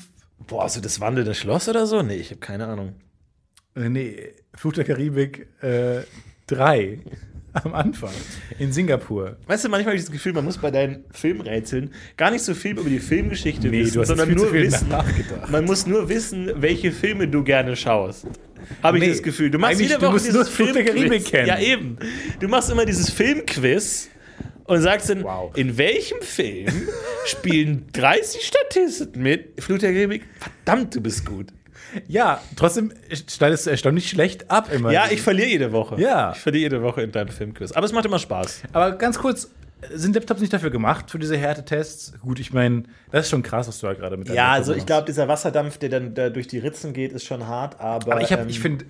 boah, also das wandelnde Schloss oder so? Nee, ich habe keine Ahnung.
Äh, Nee, Fluch der Karibik 3 am Anfang in Singapur.
Weißt du, manchmal habe ich das Gefühl, man muss bei deinen Filmrätseln gar nicht so viel über die Filmgeschichte
Nee,
wissen,
du hast
sondern
jetzt viel
nur
zu viel
wissen.
nachgedacht.
Man muss nur wissen, welche Filme du gerne schaust. Habe ich
Nee,
das Gefühl. Du machst
eigentlich,
jede
du
Woche
musst nur
dieses
Fluch der Karibik
Filmquiz.
kennen.
Ja, eben. Du machst immer dieses Filmquiz und sagst dann,
Wow.
in welchem Film spielen 30 Statisten mit? Flut der Karibik? Verdammt, du bist gut.
Ja, trotzdem äh, schneidest du erstaunlich schlecht ab immer.
Ja, ich verliere jede Woche.
Ja.
Ich verliere jede Woche in deinem Filmquiz. Aber es macht immer Spaß.
Aber ganz kurz, sind Laptops nicht dafür gemacht, für diese Härtetests? Gut, ich meine, das ist schon krass, was du da gerade mit deinem
Ja,
Laptop
also ich
machst.
glaube, dieser Wasserdampf, der dann da durch die Ritzen geht, ist schon hart, aber. ähm,
Aber ich, hab- ich finde,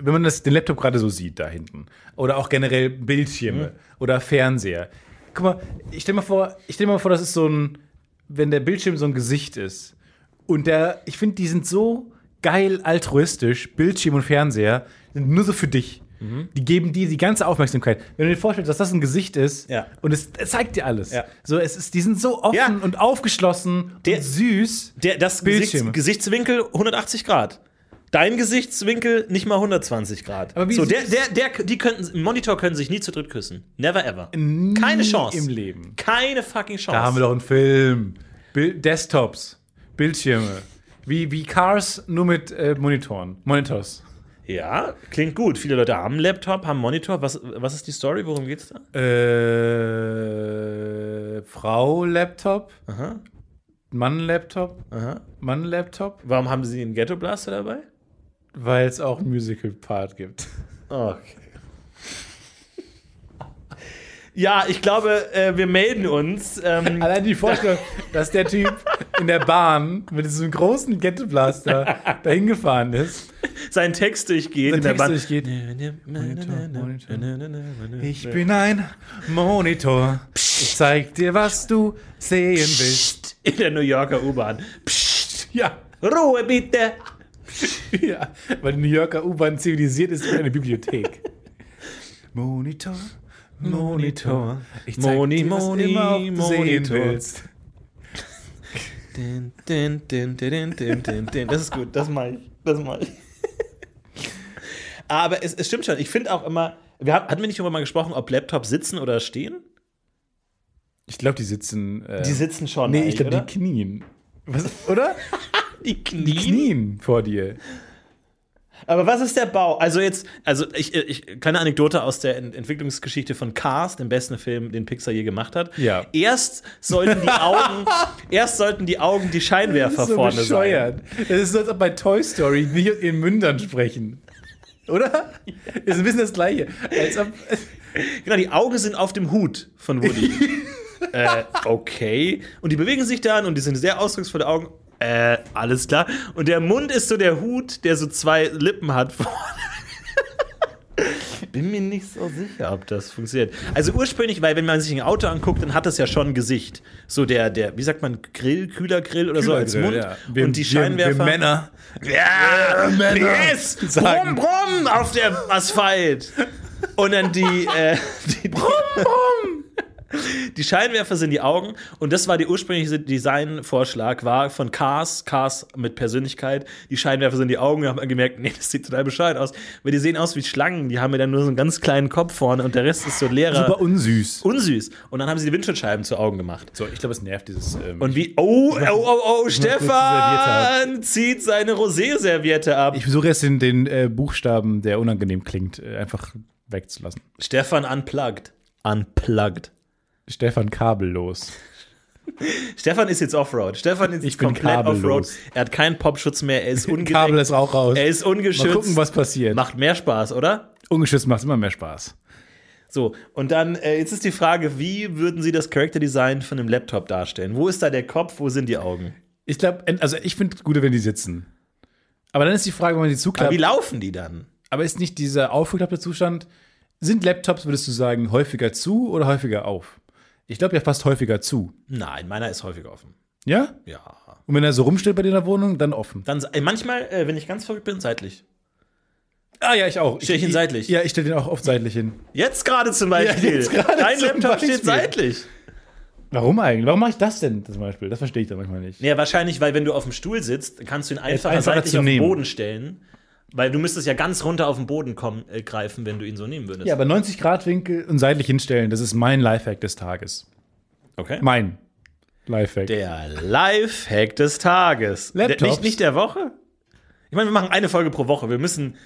wenn man das, den Laptop gerade so sieht da hinten, oder auch generell Bildschirme
Mhm.
oder Fernseher. Guck mal, ich stell mal vor, ich stell mal vor, das ist so ein, wenn der Bildschirm so ein Gesicht ist. Und der, ich finde, die sind so geil altruistisch, Bildschirm und Fernseher, sind nur so für dich.
Mhm.
Die geben dir die ganze Aufmerksamkeit. Wenn du dir vorstellst, dass das ein Gesicht ist
Ja.
und es, es zeigt dir alles.
Ja.
So, es ist, die sind so offen
Ja.
und aufgeschlossen
Der-
und süß.
Der, das Gesichts,
Bildschirme.
Gesichtswinkel 180 Grad. Dein Gesichtswinkel nicht mal 120 Grad.
Aber wie
so,
süß.
der, der, der, die könnten, im Monitor können sich nie zu dritt küssen. Never ever. Keine Chance.
im Leben.
Keine fucking Chance.
Da haben wir doch einen Film. Bild Desktops, Bildschirme. Wie, wie Cars, nur mit äh, Monitoren. Monitors.
ja, klingt gut. Viele Leute haben einen Laptop, haben einen Monitor. Was, was ist die Story? Worum geht's da?
Äh, Frau Laptop. Mann-Laptop, Mann-Laptop,
Warum haben sie einen Ghetto Blaster dabei?
weil es auch einen Musical-Part gibt.
Okay. Ja, ich glaube, äh, wir melden uns. Ähm,
Allein die Vorstellung, dass der Typ in der Bahn mit diesem großen Ghetto-Blaster dahin gefahren ist.
seinen Text durchgeht.
Text durchgeht. Monitor,
Monitor.
Ich bin ein Monitor. Ich zeig dir, was du sehen willst.
In der New Yorker U-Bahn.
Ja,
Ruhe bitte!
ja. Weil die New Yorker U-Bahn zivilisiert ist wie eine Bibliothek. Monitor, Monitor. Ich zeig
Moni,
dir, was
Moni,
immer du sehen
Monitor.
willst.
Din, din, din, din, din, din, din. Das ist gut, das mache ich. Das mach ich. Aber es, es stimmt schon, ich finde auch immer, wir haben, hatten wir nicht immer mal gesprochen, ob Laptops sitzen oder stehen?
Ich glaube, die sitzen. Äh,
Die sitzen schon.
Nee, ich
eigentlich,
glaube, die knien. Was, oder?
oder? die knien.
Die knien vor dir.
Aber was ist der Bau? Also jetzt, also ich, ich kleine Anekdote aus der Ent Entwicklungsgeschichte von Cars, dem besten Film, den Pixar je gemacht hat.
Ja.
Erst sollten die Augen, erst sollten die Augen die Scheinwerfer
Das ist so
vorne sein.
bescheuert. Das ist so, als ob bei Toy Story nicht aus ihren Mündern sprechen. Oder? Ist ein bisschen das Gleiche. Als ob,
Genau, die Augen sind auf dem Hut von Woody. äh, okay. Und die bewegen sich dann und die sind sehr ausdrucksvolle Augen. Äh, alles klar. Und der Mund ist so der Hut, der so zwei Lippen hat vorne. Bin mir nicht so sicher, ob das funktioniert. Also ursprünglich, weil wenn man sich ein Auto anguckt, dann hat das ja schon ein Gesicht. So der, der, wie sagt man, Grill, Kühlergrill oder so als Mund.
Wir,
und die
Wir, wir
Scheinwerfer.
Männer.
Ja,
Männer
yes! Brumm,
sagen-
brumm auf dem Asphalt. Und dann die, äh, die brumm, brumm. Die Scheinwerfer sind die Augen und das war der ursprüngliche Designvorschlag war von Cars, Cars mit Persönlichkeit. Die Scheinwerfer sind die Augen. Wir haben gemerkt, nee, das sieht total bescheuert aus, weil die sehen aus wie Schlangen. Die haben ja dann nur so einen ganz kleinen Kopf vorne und der Rest ist so leerer,
Super unsüß.
unsüß. Und dann haben sie die Windschutzscheiben zu Augen gemacht.
So, ich glaube, es nervt dieses. Ähm,
Und wie, oh, oh, oh, oh, Stefan
Serviette
zieht seine Rosé-Serviette ab.
ich versuche jetzt den, den äh, Buchstaben, der unangenehm klingt, äh, einfach wegzulassen.
Stefan unplugged. Unplugged.
Stefan kabellos.
Stefan ist jetzt Offroad. Stefan ist
Ich bin
komplett
kabellos.
Offroad. Er hat keinen Popschutz mehr. Er ist
Kabel
ungedeckt.
ist auch raus.
Er ist ungeschützt.
Mal gucken, was passiert.
Macht mehr Spaß, oder?
Ungeschützt macht immer mehr Spaß.
So, und dann, äh, jetzt ist die Frage, wie würden Sie das Character Design von einem Laptop darstellen? Wo ist da der Kopf, wo sind die Augen?
Ich glaube, also ich finde es gut, wenn die sitzen. Aber dann ist die Frage, wenn man die
Aber
zuklappt.
wie laufen die dann?
Aber ist nicht dieser aufgeklappte Zustand, sind Laptops, würdest du sagen, häufiger zu oder häufiger auf? Ich glaube, ja fast häufiger zu.
Nein, meiner ist häufig offen.
Ja?
Ja.
Und wenn er so rumsteht bei dir in der Wohnung, dann offen.
Dann äh, manchmal, äh, wenn ich ganz verrückt bin, seitlich.
Ah ja, ich auch.
Stell ich ihn seitlich?
Ja, ich stelle den auch oft seitlich hin.
Jetzt gerade zum Beispiel.
jetzt gerade
Dein
zum
Laptop steht
Beispiel.
seitlich.
Warum eigentlich? Warum mache ich das denn zum Beispiel? Das verstehe ich dann manchmal nicht.
Ja, wahrscheinlich, weil wenn du auf dem Stuhl sitzt, kannst du ihn einfach
einfacher
seitlich
zu
auf den
nehmen.
Boden stellen. Weil du müsstest ja ganz runter auf den Boden kommen, äh, greifen, wenn du ihn so nehmen würdest.
Ja, aber 90 Grad Winkel und seitlich hinstellen, das ist mein Lifehack des Tages.
okay.
Mein Lifehack.
Der Lifehack des Tages.
Laptops.
Der, nicht, nicht der Woche? Ich meine, wir machen eine Folge pro Woche. Wir müssen,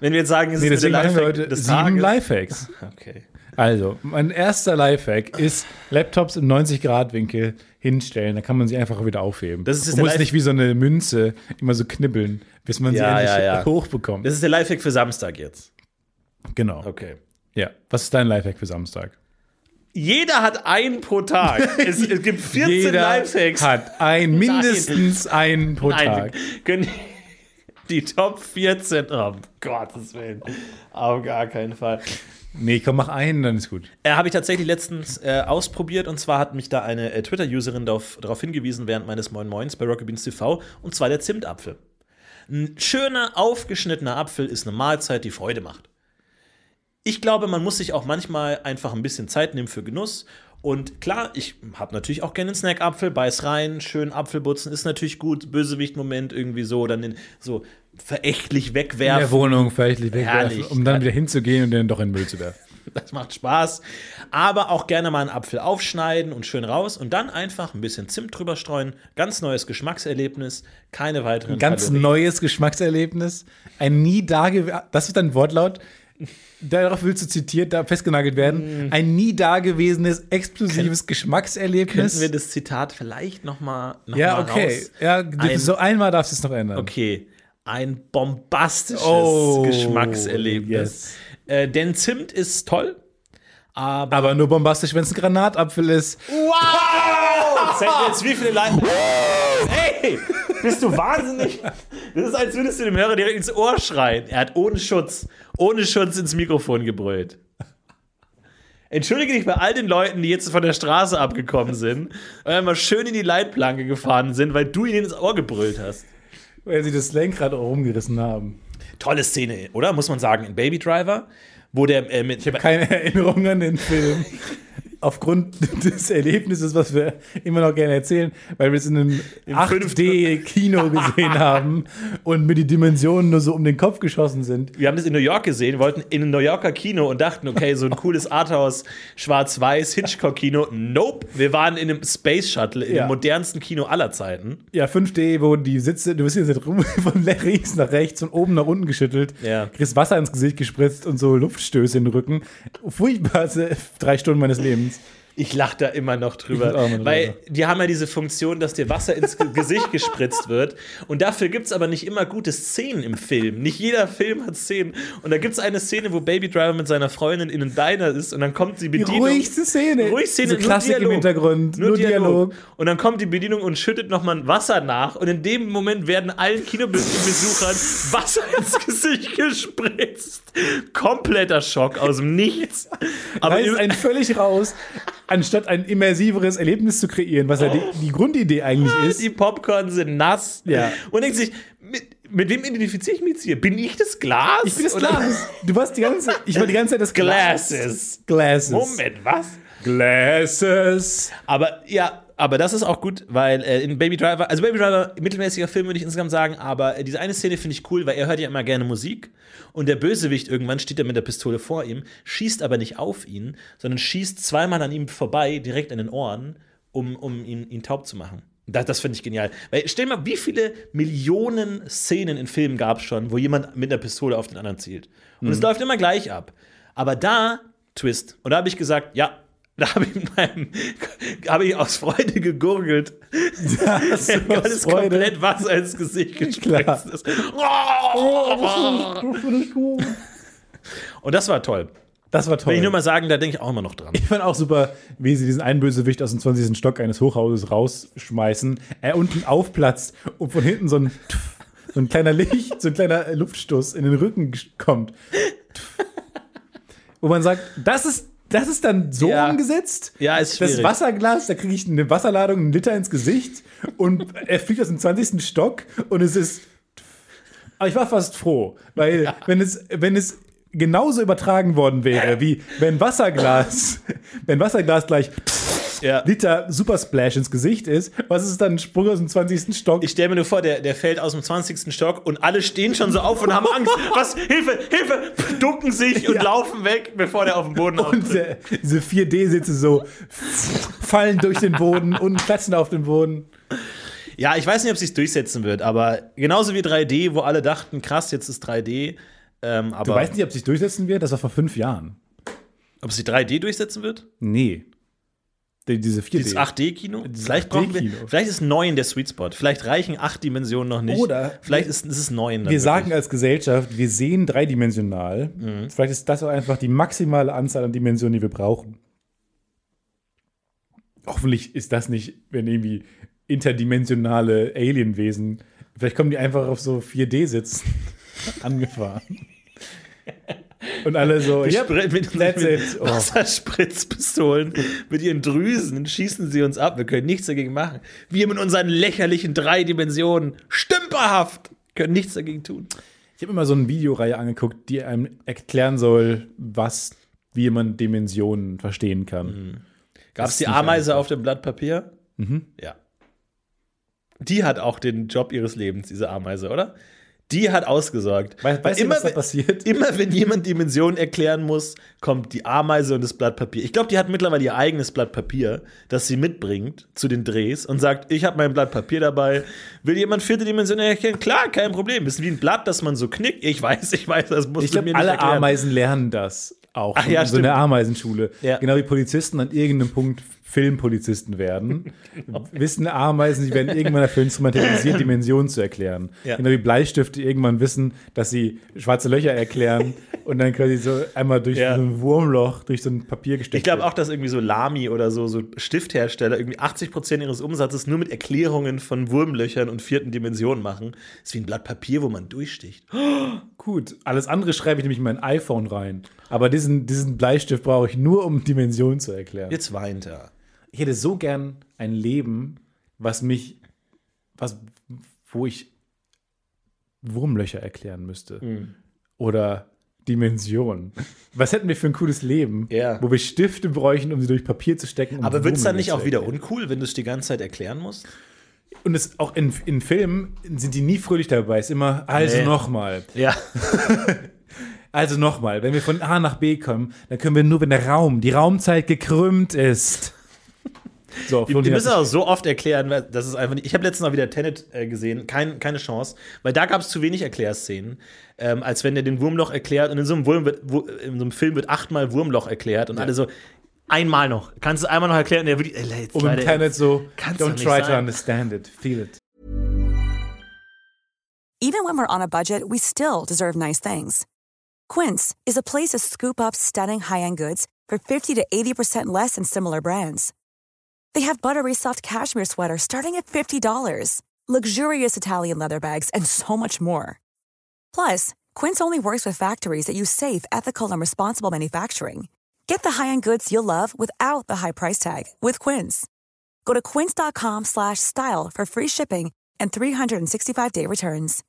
wenn wir jetzt sagen, es
nee,
ist nur
deswegen
der
machen wir
Lifehack
heute
des
sieben
Tages.
Lifehacks.
okay.
Also, mein erster Lifehack ist Laptops im 90-Grad-Winkel hinstellen. Da kann man sie einfach wieder aufheben.
Das ist jetzt der
Man muss
Life-
nicht wie so eine Münze immer so knibbeln, bis man
Ja,
sie endlich
ja, ja.
hochbekommt.
Das ist der Lifehack für Samstag jetzt.
genau.
Okay.
Ja. Was ist dein Lifehack für Samstag?
Jeder hat einen pro Tag. es, es gibt 14 Lifehacks.
hat ein, mindestens einen pro
Nein,
Tag.
wir können die Top 14. Oh, um Gottes Willen. Auf gar keinen Fall.
Nee, komm, mach einen, dann ist gut.
Äh, Habe ich tatsächlich letztens äh, ausprobiert und zwar hat mich da eine äh, Twitter-Userin darauf, darauf hingewiesen während meines Moin Moins bei Rocket Beans TV und zwar der Zimtapfel. Ein schöner, aufgeschnittener Apfel ist eine Mahlzeit, die Freude macht. Ich glaube, man muss sich auch manchmal einfach ein bisschen Zeit nehmen für Genuss. Und klar, ich habe natürlich auch gerne einen Snackapfel, beiß rein, schön Apfelbutzen ist natürlich gut, Bösewicht-Moment irgendwie so, dann den so verächtlich
In der
wegwerfen.
Wohnung vielleicht wegwerfen,
Herrlich.
um dann wieder hinzugehen und den doch in den Müll zu werfen.
Das macht Spaß. Aber auch gerne mal einen Apfel aufschneiden und schön raus und dann einfach ein bisschen Zimt drüber streuen. Ganz neues Geschmackserlebnis, keine weiteren
Ganz
Kalorien.
neues Geschmackserlebnis. Ein nie dagewesen. Das ist dein Wortlaut. darauf willst du zitiert, da festgenagelt werden, ein nie dagewesenes, explosives Geschmackserlebnis.
Könnten wir das Zitat vielleicht nochmal noch
ja,
mal
okay.
raus?
Ja, du-
Ein-
so einmal darfst du es noch ändern.
Okay, ein bombastisches
Oh,
Geschmackserlebnis.
yes.
Äh, denn Zimt ist toll, aber.
Aber nur bombastisch, wenn es ein Granatapfel ist.
Wow! Zählt jetzt wie viele Leute. Hey! Bist du wahnsinnig? Das ist, als würdest du dem Hörer direkt ins Ohr schreien. Er hat ohne Schutz, ohne Schutz ins Mikrofon gebrüllt. Entschuldige dich bei all den Leuten, die jetzt von der Straße abgekommen sind und einmal schön in die Leitplanke gefahren sind, weil du ihnen ins Ohr gebrüllt hast.
Weil sie das Lenkrad auch rumgerissen haben.
Tolle Szene, oder? Muss man sagen, in Baby Driver, wo der äh, mit.
Keine Erinnerung an den Film. Aufgrund des Erlebnisses, was wir immer noch gerne erzählen, weil wir es in einem 8D-Kino gesehen haben und mir die Dimensionen nur so um den Kopf geschossen sind.
wir haben das in New York gesehen, wollten in ein New Yorker Kino und dachten, okay, so ein cooles Arthouse, schwarz-weiß, Hitchcock-Kino. Nope, wir waren in einem Space Shuttle, in
Ja.
dem modernsten Kino aller Zeiten.
Ja, 5D, wo die Sitze, du bist jetzt rum von links nach rechts und oben nach unten geschüttelt,
Ja.
kriegst Wasser ins Gesicht gespritzt und so Luftstöße in den Rücken. Furchtbarste drei Stunden meines Lebens.
Ich lache da immer noch
Ich lache
drüber,
auch immer drüber.
weil die haben ja diese Funktion, dass dir Wasser ins Ge- Gesicht gespritzt wird. Und dafür gibt es aber nicht immer gute Szenen im Film. Nicht jeder Film hat Szenen. Und da gibt es eine Szene, wo Baby Driver mit seiner Freundin in einem Diner ist und dann kommt die
Die
Bedienung.
ruhigste Szene.
Ruhig Szene,
Diese
nur
Klassik
Dialog.
im Hintergrund, nur, Dialog.
Und dann kommt die Bedienung und schüttet nochmal Wasser nach. Und in dem Moment werden allen Kinobesuchern Wasser ins Gesicht gespritzt. Kompletter Schock aus dem Nichts.
Da
Aber
ist ein völlig raus, anstatt ein immersiveres Erlebnis zu kreieren, was ja die, die Grundidee eigentlich ist.
Ah, die Popcorn sind nass.
Ja.
Und denkt sich, mit, mit wem identifiziere ich mich jetzt hier? Bin ich das Glas?
Ich bin das
Oder-
Glas. Du warst die ganze ich war die ganze Zeit das Glas.
Glasses.
Glasses.
Moment, was?
Glasses.
Aber ja, aber das ist auch gut, weil äh, in Baby Driver, also Baby Driver, mittelmäßiger Film würde ich insgesamt sagen, aber äh, diese eine Szene finde ich cool, weil er hört ja immer gerne Musik und der Bösewicht irgendwann steht da mit der Pistole vor ihm, schießt aber nicht auf ihn, sondern schießt zweimal an ihm vorbei, direkt an den Ohren, um, um ihn, ihn taub zu machen. Das, das finde ich genial. Weil, stell mal, wie viele Millionen Szenen in Filmen gab es schon, wo jemand mit einer Pistole auf den anderen zielt. Und es läuft immer gleich ab. Aber da, Twist. Und da habe ich gesagt, ja, da habe ich, mit meinem- habe ich aus Freude gegurgelt.
Das
Das
war
ist komplett Wasser ins Gesicht
Klar.
gespritzt. ist. Oh! Und das war toll.
Das war toll.
Will ich nur mal sagen, da denke ich auch immer noch dran.
Ich fand auch super, wie sie diesen einen Bösewicht aus dem 20. Stock eines Hochhauses rausschmeißen, er unten aufplatzt und von hinten so ein, Tff, so ein kleiner Licht, so ein kleiner Luftstoß in den Rücken gesch- kommt. Tff. Wo man sagt, das ist, das ist dann so
Ja.
umgesetzt.
Ja, ist
Das
schwierig.
Wasserglas, da kriege ich eine Wasserladung, einen Liter ins Gesicht und er fliegt aus dem 20. Stock und es ist. Aber ich war fast froh, weil wenn es, wenn es genauso übertragen worden wäre, wie wenn Wasserglas, wenn Wasserglas gleich
Ja.
Liter Super Splash ins Gesicht ist, was ist dann ein Sprung aus dem 20. Stock?
Ich stelle mir nur vor, der, der fällt aus dem 20. Stock und alle stehen schon so auf und haben Angst. Was? Hilfe, Hilfe! Ducken sich und
Ja.
laufen weg, bevor der auf den Boden
und
auftritt.
der, diese 4D-Sitze so fallen durch den Boden und platzen auf den Boden.
Ja, ich weiß nicht, ob sich durchsetzen wird, aber genauso wie 3D, wo alle dachten, krass, jetzt ist 3D. Ähm,
Du
aber
weißt nicht, ob sich durchsetzen wird? Das war vor fünf Jahren.
ob sie 3D durchsetzen wird?
Nee. Die, diese 4D.
Dieses 8D-Kino? Vielleicht,
8D -Kino.
brauchen wir- vielleicht ist 9 der Sweet Spot. Vielleicht reichen 8 Dimensionen noch nicht.
Oder-
vielleicht ist, ist es 9.
wir sagen als Gesellschaft, wir sehen dreidimensional.
Mhm.
Vielleicht ist das auch einfach die maximale Anzahl an Dimensionen, die wir brauchen. Hoffentlich ist das nicht, wenn irgendwie interdimensionale Alienwesen. Vielleicht kommen die einfach auf so 4D sitzen angefahren. Und alle so,
Wir
yep,
spre- mit,
that's it.
mit
Oh.
Wasserspritzpistolen, mit ihren Drüsen schießen sie uns ab. Wir können nichts dagegen machen. Wir mit unseren lächerlichen drei Dimensionen, stümperhaft, können nichts dagegen tun.
Ich habe immer so eine Videoreihe angeguckt, die einem erklären soll, was, wie man Dimensionen verstehen kann.
Mhm. Gab es die
nicht Mhm.
Ameise auf dem Blatt Papier? Ja. Die hat auch den Job ihres Lebens, diese Ameise, oder? Die hat ausgesorgt.
Wei- weißt du, was da
wenn-
passiert?
Immer wenn jemand Dimensionen erklären muss, kommt die Ameise und das Blatt Papier. Ich glaube, die hat mittlerweile ihr eigenes Blatt Papier, das sie mitbringt zu den Drehs und sagt, ich habe mein Blatt Papier dabei. Will jemand vierte Dimension erklären? Klar, kein Problem. Ist wie ein Blatt, das man so knickt. Ich weiß, ich weiß, das muss
Ich glaube, alle Ameisen lernen das auch
Ach Ah, ja,
in so einer
stimmt.
Ameisenschule.
Ja.
Genau wie Polizisten an irgendeinem Punkt Filmpolizisten werden.
Genau.
Wissen Ameisen, sie werden irgendwann dafür instrumentalisiert, Dimensionen zu erklären.
Ja.
Genau wie Bleistifte irgendwann wissen, dass sie schwarze Löcher erklären und dann quasi so einmal durch
Ja.
so ein Wurmloch, durch so ein Papier gesteckt
Ich glaube
wird.
auch, dass irgendwie so Lami oder so, so Stifthersteller irgendwie 80% ihres Umsatzes nur mit Erklärungen von Wurmlöchern und vierten Dimensionen machen. Ist wie ein Blatt Papier, wo man durchsticht.
Gut, alles andere schreibe ich nämlich in mein iPhone rein. Aber diesen, diesen Bleistift brauche ich nur, um Dimensionen zu erklären.
Jetzt weint er.
ich hätte so gern ein Leben, was mich, was, wo ich Wurmlöcher erklären müsste.
Mhm.
Oder Dimensionen. Was hätten wir für ein cooles Leben,
Ja.
wo wir Stifte bräuchen, um sie durch Papier zu stecken? um
Aber wird es dann nicht auch
Wurmlöcher
wieder uncool, wenn du es die ganze Zeit erklären musst?
Und es, auch in, in Filmen sind die nie fröhlich dabei. Es ist immer, also
Nee.
nochmal.
Ja.
Also nochmal, wenn wir von A nach B kommen, dann können wir nur, wenn der Raum, die Raumzeit gekrümmt ist. So,
Die, die
Florentin hat
müssen auch so oft erklären, weil das ist einfach nicht. Ich habe letztens auch wieder Tenet äh, gesehen, Kein, keine Chance, weil da gab es zu wenig Erklärszenen, ähm, als wenn der den Wurmloch erklärt und in so einem, Wurm wird, Wu- in so einem Film wird achtmal Wurmloch erklärt und alle so, einmal noch, kannst du es einmal noch erklären? Und der wird, ey, jetzt
Und Um im
leider-
Tenet so,
kann's doch
don't
nicht
try to
sein.
understand it, feel it.
Even when we're on a budget, we still deserve nice things. Quince is a place to scoop up stunning high end goods for 50 to 80% less than similar brands. They have buttery soft cashmere sweaters starting at $50, luxurious Italian leather bags, and so much more. Plus, Quince only works with factories that use safe, ethical, and responsible manufacturing. Get the high-end goods you'll love without the high price tag with Quince. Go to quince.com/style slash style for free shipping and 365-day returns.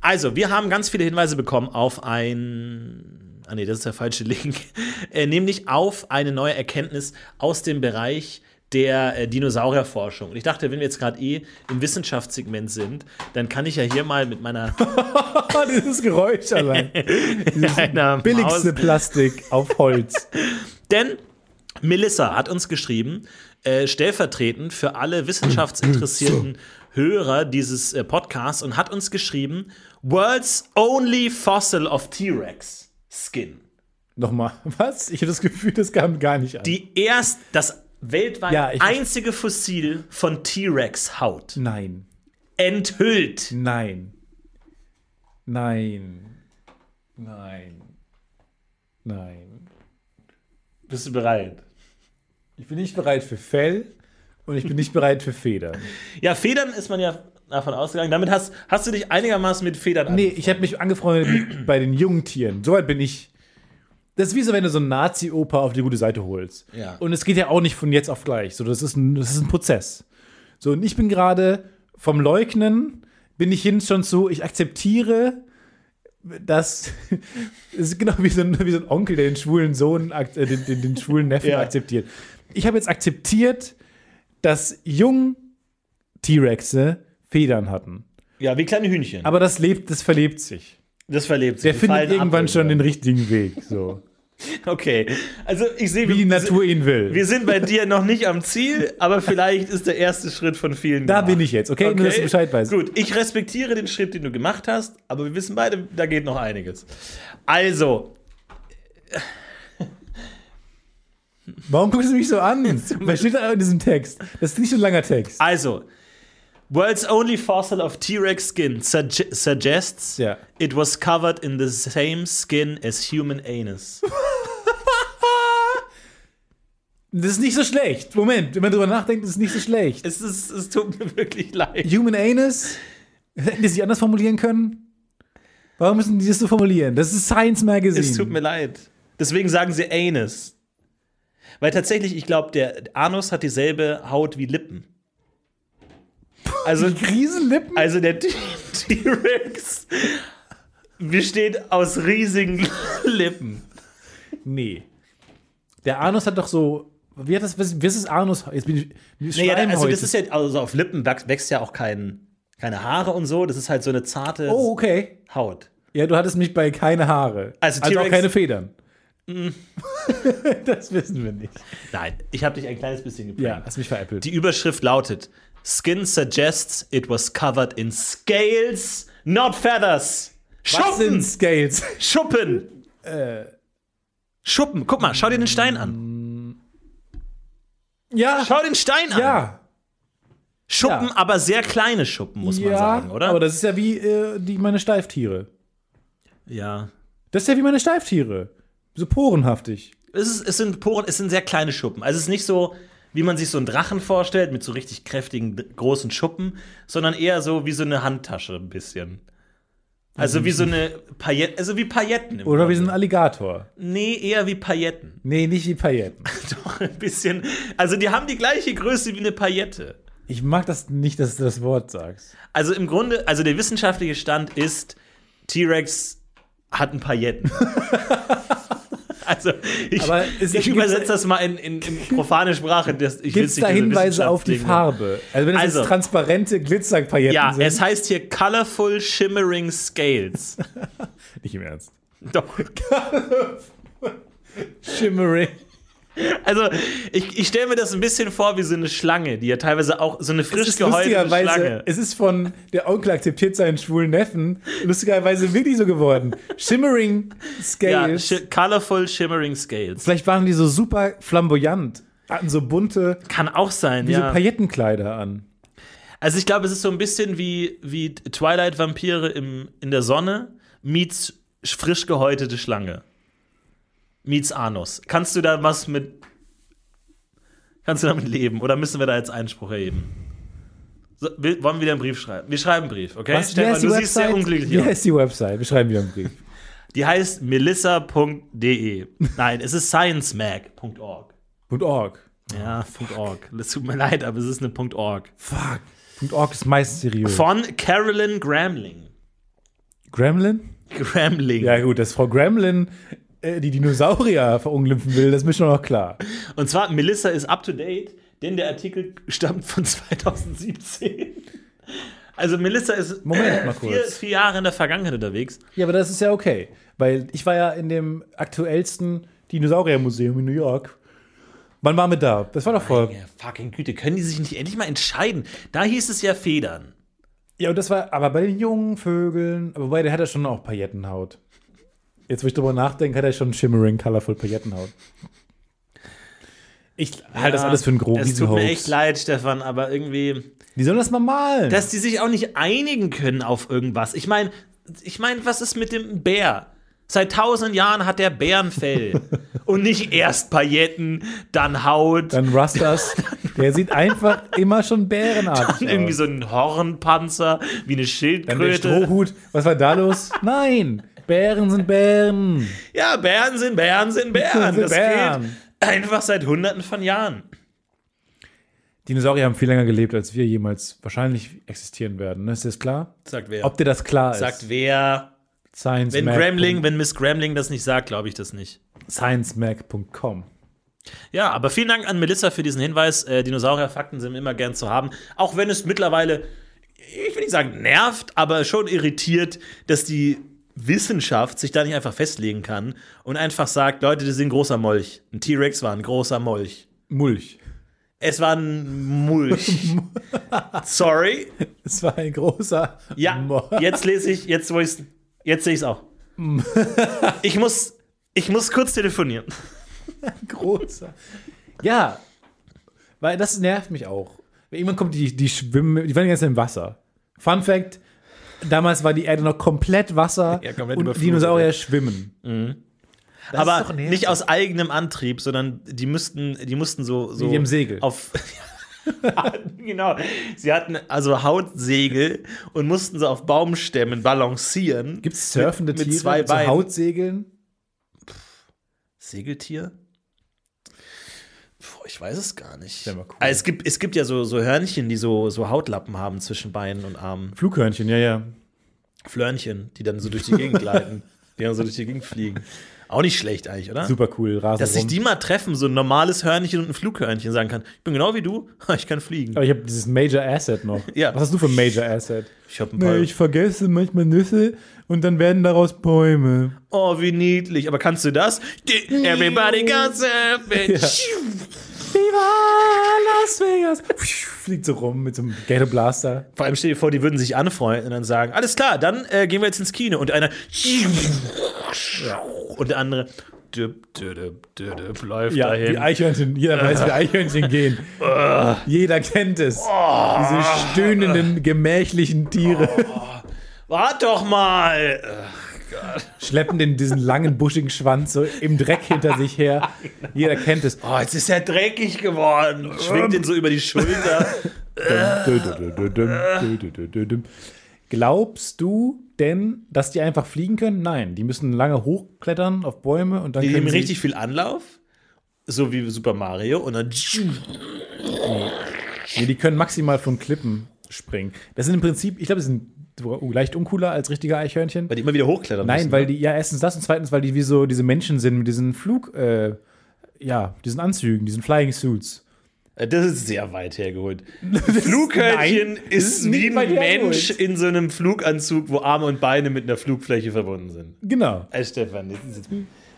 Also, wir haben ganz viele Hinweise bekommen auf ein. Ah, nee, das ist der falsche Link. Äh, nämlich auf eine neue Erkenntnis aus dem Bereich der äh, Dinosaurierforschung. Und ich dachte, wenn wir jetzt gerade eh im Wissenschaftssegment sind, dann kann ich ja hier mal mit meiner
Oh, dieses Geräusch allein.
einer
Billigste
Maus-
Plastik auf Holz.
Denn Melissa hat uns geschrieben, äh, stellvertretend für alle wissenschaftsinteressierten Hörer dieses äh, Podcasts und hat uns geschrieben: World's only fossil of T-Rex Skin.
Nochmal, was? Ich habe das Gefühl, das kam gar nicht an.
Die erst das weltweit
Ja, ich-
einzige Fossil von T-Rex Haut
nein,
enthüllt.
nein, nein, nein, nein.
Bist du bereit?
Ich bin nicht bereit für Fell und ich bin nicht bereit für Federn.
Ja, Federn ist man ja davon ausgegangen. Damit hast, hast du dich einigermaßen mit Federn
Nee, ich habe mich angefreundet mit- bei den jungen Tieren. Soweit bin ich. Das ist wie so, wenn du so einen Nazi-Opa auf die gute Seite holst.
Ja.
Und es geht ja auch nicht von jetzt auf gleich. So, das, ist ein, das ist ein Prozess. So, und ich bin gerade vom Leugnen, bin ich hin schon zu, ich akzeptiere, dass. Es ist genau wie so, ein, wie so ein Onkel, der den schwulen Sohn, ak- äh, den, den, den schwulen Neffen
Ja.
akzeptiert. Ich habe jetzt akzeptiert, dass jung T-Rexe Federn hatten.
Ja, wie kleine Hühnchen.
Aber das lebt, das verlebt sich.
das verlebt sich.
Der
Die
findet
fallen ab
irgendwann schon den
irgendwann.
richtigen Weg, so.
Okay. Also, ich sehe,
Wie die
wir-
Natur ihn
Wir
will.
sind bei dir noch nicht am Ziel, aber vielleicht ist der erste Schritt von vielen.
Da
gemacht.
bin ich jetzt, okay? Nur, dass du Bescheid weißt.
Gut, ich respektiere den Schritt, den du gemacht hast, aber wir wissen beide, da geht noch einiges. Also,
Warum guckst du mich so an? Was steht da in diesem Text? Das ist nicht so ein langer Text.
also. World's only fossil of T-Rex skin sugge- suggests
Ja.
it was covered in the same skin as human anus.
Das ist nicht so schlecht. Moment, wenn man drüber nachdenkt, ist es nicht so schlecht.
es, ist, es tut mir wirklich leid.
Human Anus? Hätten die sich anders formulieren können? Warum müssen die das so formulieren? Das ist Science Magazine.
Es tut mir leid. Deswegen sagen sie Anus. Weil tatsächlich, ich glaube, der Anus hat dieselbe Haut wie Lippen. Also,
Riesenlippen?
also der T- T-Rex besteht aus riesigen Lippen.
Nee. Der Anus hat doch so. Wie hat das. Was, was ist Anus? Jetzt bin ich.
Naja, also
Schleimhäute.
das ist ja, also auf Lippen wach- wächst ja auch kein, keine Haare und so. Das ist halt so eine zarte
Oh, okay.
Haut.
Ja, du hattest mich bei keine Haare.
Also
also auch
T-Rex- Mm.
keine Federn. das wissen wir nicht.
Nein, ich habe dich ein kleines bisschen
Ja,
geprägt.
hast mich veräppelt.
Die Überschrift lautet: Skin suggests it was covered in scales, not feathers.
Was sind
Schuppen!
Scales?
Schuppen! Schuppen, guck mal, schau dir den Stein an.
Ja,
Schau den Stein an.
ja,
Schuppen,
Ja.
aber sehr kleine Schuppen, muss man
ja.
sagen, oder?
Aber das ist ja wie äh, die, meine Steiftiere.
ja.
Das ist ja wie meine Steiftiere. So porenhaftig.
Es, ist, es sind Poren, es sind sehr kleine Schuppen. Also es ist nicht so, wie man sich so einen Drachen vorstellt, mit so richtig kräftigen, d- großen Schuppen, sondern eher so wie so eine Handtasche ein bisschen. Also wie so eine Pailletten, also wie Pailletten. Im
Oder wie so
Grunde.
ein Alligator.
Nee, eher wie Pailletten.
Nee, nicht wie Pailletten.
Doch, ein bisschen. Also die haben die gleiche Größe wie eine Paillette.
Ich mag das nicht, dass du das Wort sagst.
Also im Grunde, also der wissenschaftliche Stand ist, T-Rex hat einen Pailletten. also ich,
Aber es-
ich
gibt's-
übersetze das mal in, in, in profane Sprache. Das, ich
Gibt
will's
es
nicht
da
diese
Hinweise auf die
Wissenschaftsdinge-
Farbe? Also wenn es
Also-
jetzt transparente Glitzerpailletten
Ja,
sind.
es heißt hier Colorful Shimmering Scales.
nicht im Ernst.
Doch.
Shimmering.
Also ich, ich stelle mir das ein bisschen vor wie so eine Schlange, die ja teilweise auch so eine
Es
frisch
ist
gehäutete
lustigerweise,
Schlange.
es ist von der Onkel akzeptiert seinen schwulen Neffen, lustigerweise wirklich so geworden. Shimmering
Ja,
Scales.
shi colorful Shimmering Scales.
Vielleicht waren die so super flamboyant, hatten so bunte,
Kann auch sein,
wie
ja.
so Paillettenkleider an.
Also ich glaube, es ist so ein bisschen wie, wie Twilight-Vampire im, in der Sonne meets sch- frisch gehäutete Schlange. Meets Anus. Kannst du da was mit. Kannst du damit leben? Oder müssen wir da jetzt Einspruch erheben? So, will, wollen wir wieder einen Brief schreiben? Wir schreiben einen Brief, okay?
wie
Stefan,
heißt die
du siehst sehr
Website?
unglücklich
Wie
aus.
heißt die Website? Wir schreiben wieder einen Brief.
Die heißt melissa.de. Nein, es ist sciencemag.org.
Und .org.
Ja, .org. Das tut mir leid, aber es ist eine .org.
Fuck. Und .org ist meist seriös.
Von Carolyn Gramling.
Gremlin?
Gramling.
Ja gut, dass Frau Gremlin äh, die Dinosaurier verunglimpfen will, das ist mir schon noch klar.
Und zwar, Melissa ist up to date, denn der Artikel stammt von 2017. Also, Melissa ist äh,
Moment mal
vier,
kurz.
vier Jahre in der Vergangenheit unterwegs.
Ja, aber das ist ja okay, weil ich war ja in dem aktuellsten Dinosauriermuseum in New York. Wann waren wir da? Das war doch vor.
Ja, fucking Güte, können die sich nicht endlich mal entscheiden? Da hieß es ja Federn.
Ja, und das war aber bei den jungen Vögeln, aber wobei der hat ja schon auch Paillettenhaut. Jetzt, wo ich drüber nachdenke, hat er schon shimmering, colorful Paillettenhaut. Ich halte das
Ja,
alles für einen groben
Es tut mir echt
Riesenhoax.
leid, Stefan, aber irgendwie,
Die sollen das mal malen.
dass die sich auch nicht einigen können auf irgendwas. Ich meine, ich meine, was ist mit dem Bär? Seit tausend Jahren hat der Bärenfell. Und nicht erst Pailletten, dann Haut,
Dann Rustas, der sieht einfach immer schon bärenartig
Dann irgendwie
aus.
so ein Hornpanzer, wie eine
Dann der
Schildkröte.
Strohhut, was war da los? Nein, Bären sind Bären.
Ja, Bären sind Bären sind Bären.
Sind
Das
Bären.
geht einfach seit hunderten von Jahren.
Dinosaurier haben viel länger gelebt, als wir jemals wahrscheinlich existieren werden. ne? Ist das klar?
Sagt wer.
Ob dir das klar
Sagt
ist?
wer.
Science
Wenn Gremling, wenn Miss Gremling das nicht sagt, glaube ich das nicht.
ScienceMag.com.
Ja, aber vielen Dank an Melissa für diesen Hinweis. Äh, Dinosaurierfakten sind immer gern zu haben. Auch wenn es mittlerweile, ich will nicht sagen nervt, aber schon irritiert, dass die Wissenschaft sich da nicht einfach festlegen kann und einfach sagt, Leute, das ist ein großer Molch. Ein T-Rex war ein großer Molch.
Mulch.
Es war ein Mulch. Sorry.
Es war ein großer.
Ja,
Mo-
jetzt lese ich, jetzt wo ich's, jetzt sehe ich es auch. Ich muss, ich muss kurz telefonieren.
großer. Ja, weil das nervt mich auch. Weil Irgendwann kommt die, die schwimmen, die waren die ganze Zeit im Wasser. Fun Fact: Damals war die Erde noch komplett Wasser
Ja, komplett
und
überflutet. Mhm.
Dinosaurier schwimmen. Das ist
Aber
doch nervig.
nicht aus eigenem Antrieb, sondern die müssten, die mussten so, so
Mit ihrem Segel.
auf genau. Sie hatten also Hautsegel und mussten so auf Baumstämmen balancieren.
Gibt es surfende
mit, mit
Tiere also
zwei
so
Beinen?
Hautsegeln?
Segeltier? Puh, ich weiß es gar nicht.
Wär mal cool.
Ah, Es, gibt, es gibt ja so, so Hörnchen, die so, so Hautlappen haben zwischen Beinen und Armen.
Flughörnchen, ja, ja.
Flörnchen, die dann so durch die Gegend gleiten. Die dann so durch die Gegend fliegen. Auch nicht schlecht eigentlich, oder?
Super cool, Rasen
Dass sich
rum.
die mal treffen, so ein normales Hörnchen und ein Flughörnchen sagen kann, ich bin genau wie du, ich kann fliegen.
Aber ich habe dieses Major Asset noch.
Ja.
Was hast du für ein Major Asset?
Ich habe ein paar.
vergesse manchmal Nüsse und dann werden daraus Bäume.
oh, wie niedlich. Aber kannst du das? Die- Everybody got savage.
Viva Las Vegas! Fliegt so rum mit so einem Gator Blaster.
Vor allem stell dir vor, die würden sich anfreunden und dann sagen, alles klar, dann äh, gehen wir jetzt ins Kino. Und einer und der andere düpp, düpp, düpp, düpp, läuft
Ja, die
dahin.
Eichhörnchen, jeder weiß, wie Eichhörnchen gehen. Jeder kennt es. Diese stöhnenden, gemächlichen Tiere
Wart doch mal!
schleppen den, diesen langen, buschigen Schwanz so im Dreck hinter sich her. Jeder kennt es.
Oh, jetzt ist er dreckig geworden. Schwingt ihn so über die Schulter.
Äh. Glaubst du denn, dass die einfach fliegen können? Nein, die müssen lange hochklettern auf Bäume und dann
Die
können
nehmen
sie
richtig viel Anlauf. So wie Super Mario. Und dann.
Nee, die können maximal von Klippen springen. Das sind im Prinzip, ich glaube, die sind oh, leicht uncooler als richtige Eichhörnchen.
Weil die immer wieder hochklettern
Nein,
müssen. ne?
weil die, ja, erstens das und zweitens, weil die wie so diese Menschen sind mit diesen Flug, äh, ja, diesen Anzügen, diesen Flying Suits.
Äh, Das ist sehr weit hergeholt. Flughörnchen ist,
nicht
wie ein
weit
Mensch
hergeholt.
in so einem Fluganzug, wo Arme und Beine mit einer Flugfläche verbunden sind.
Genau.
Ey, Äh, Stefan, das ist jetzt.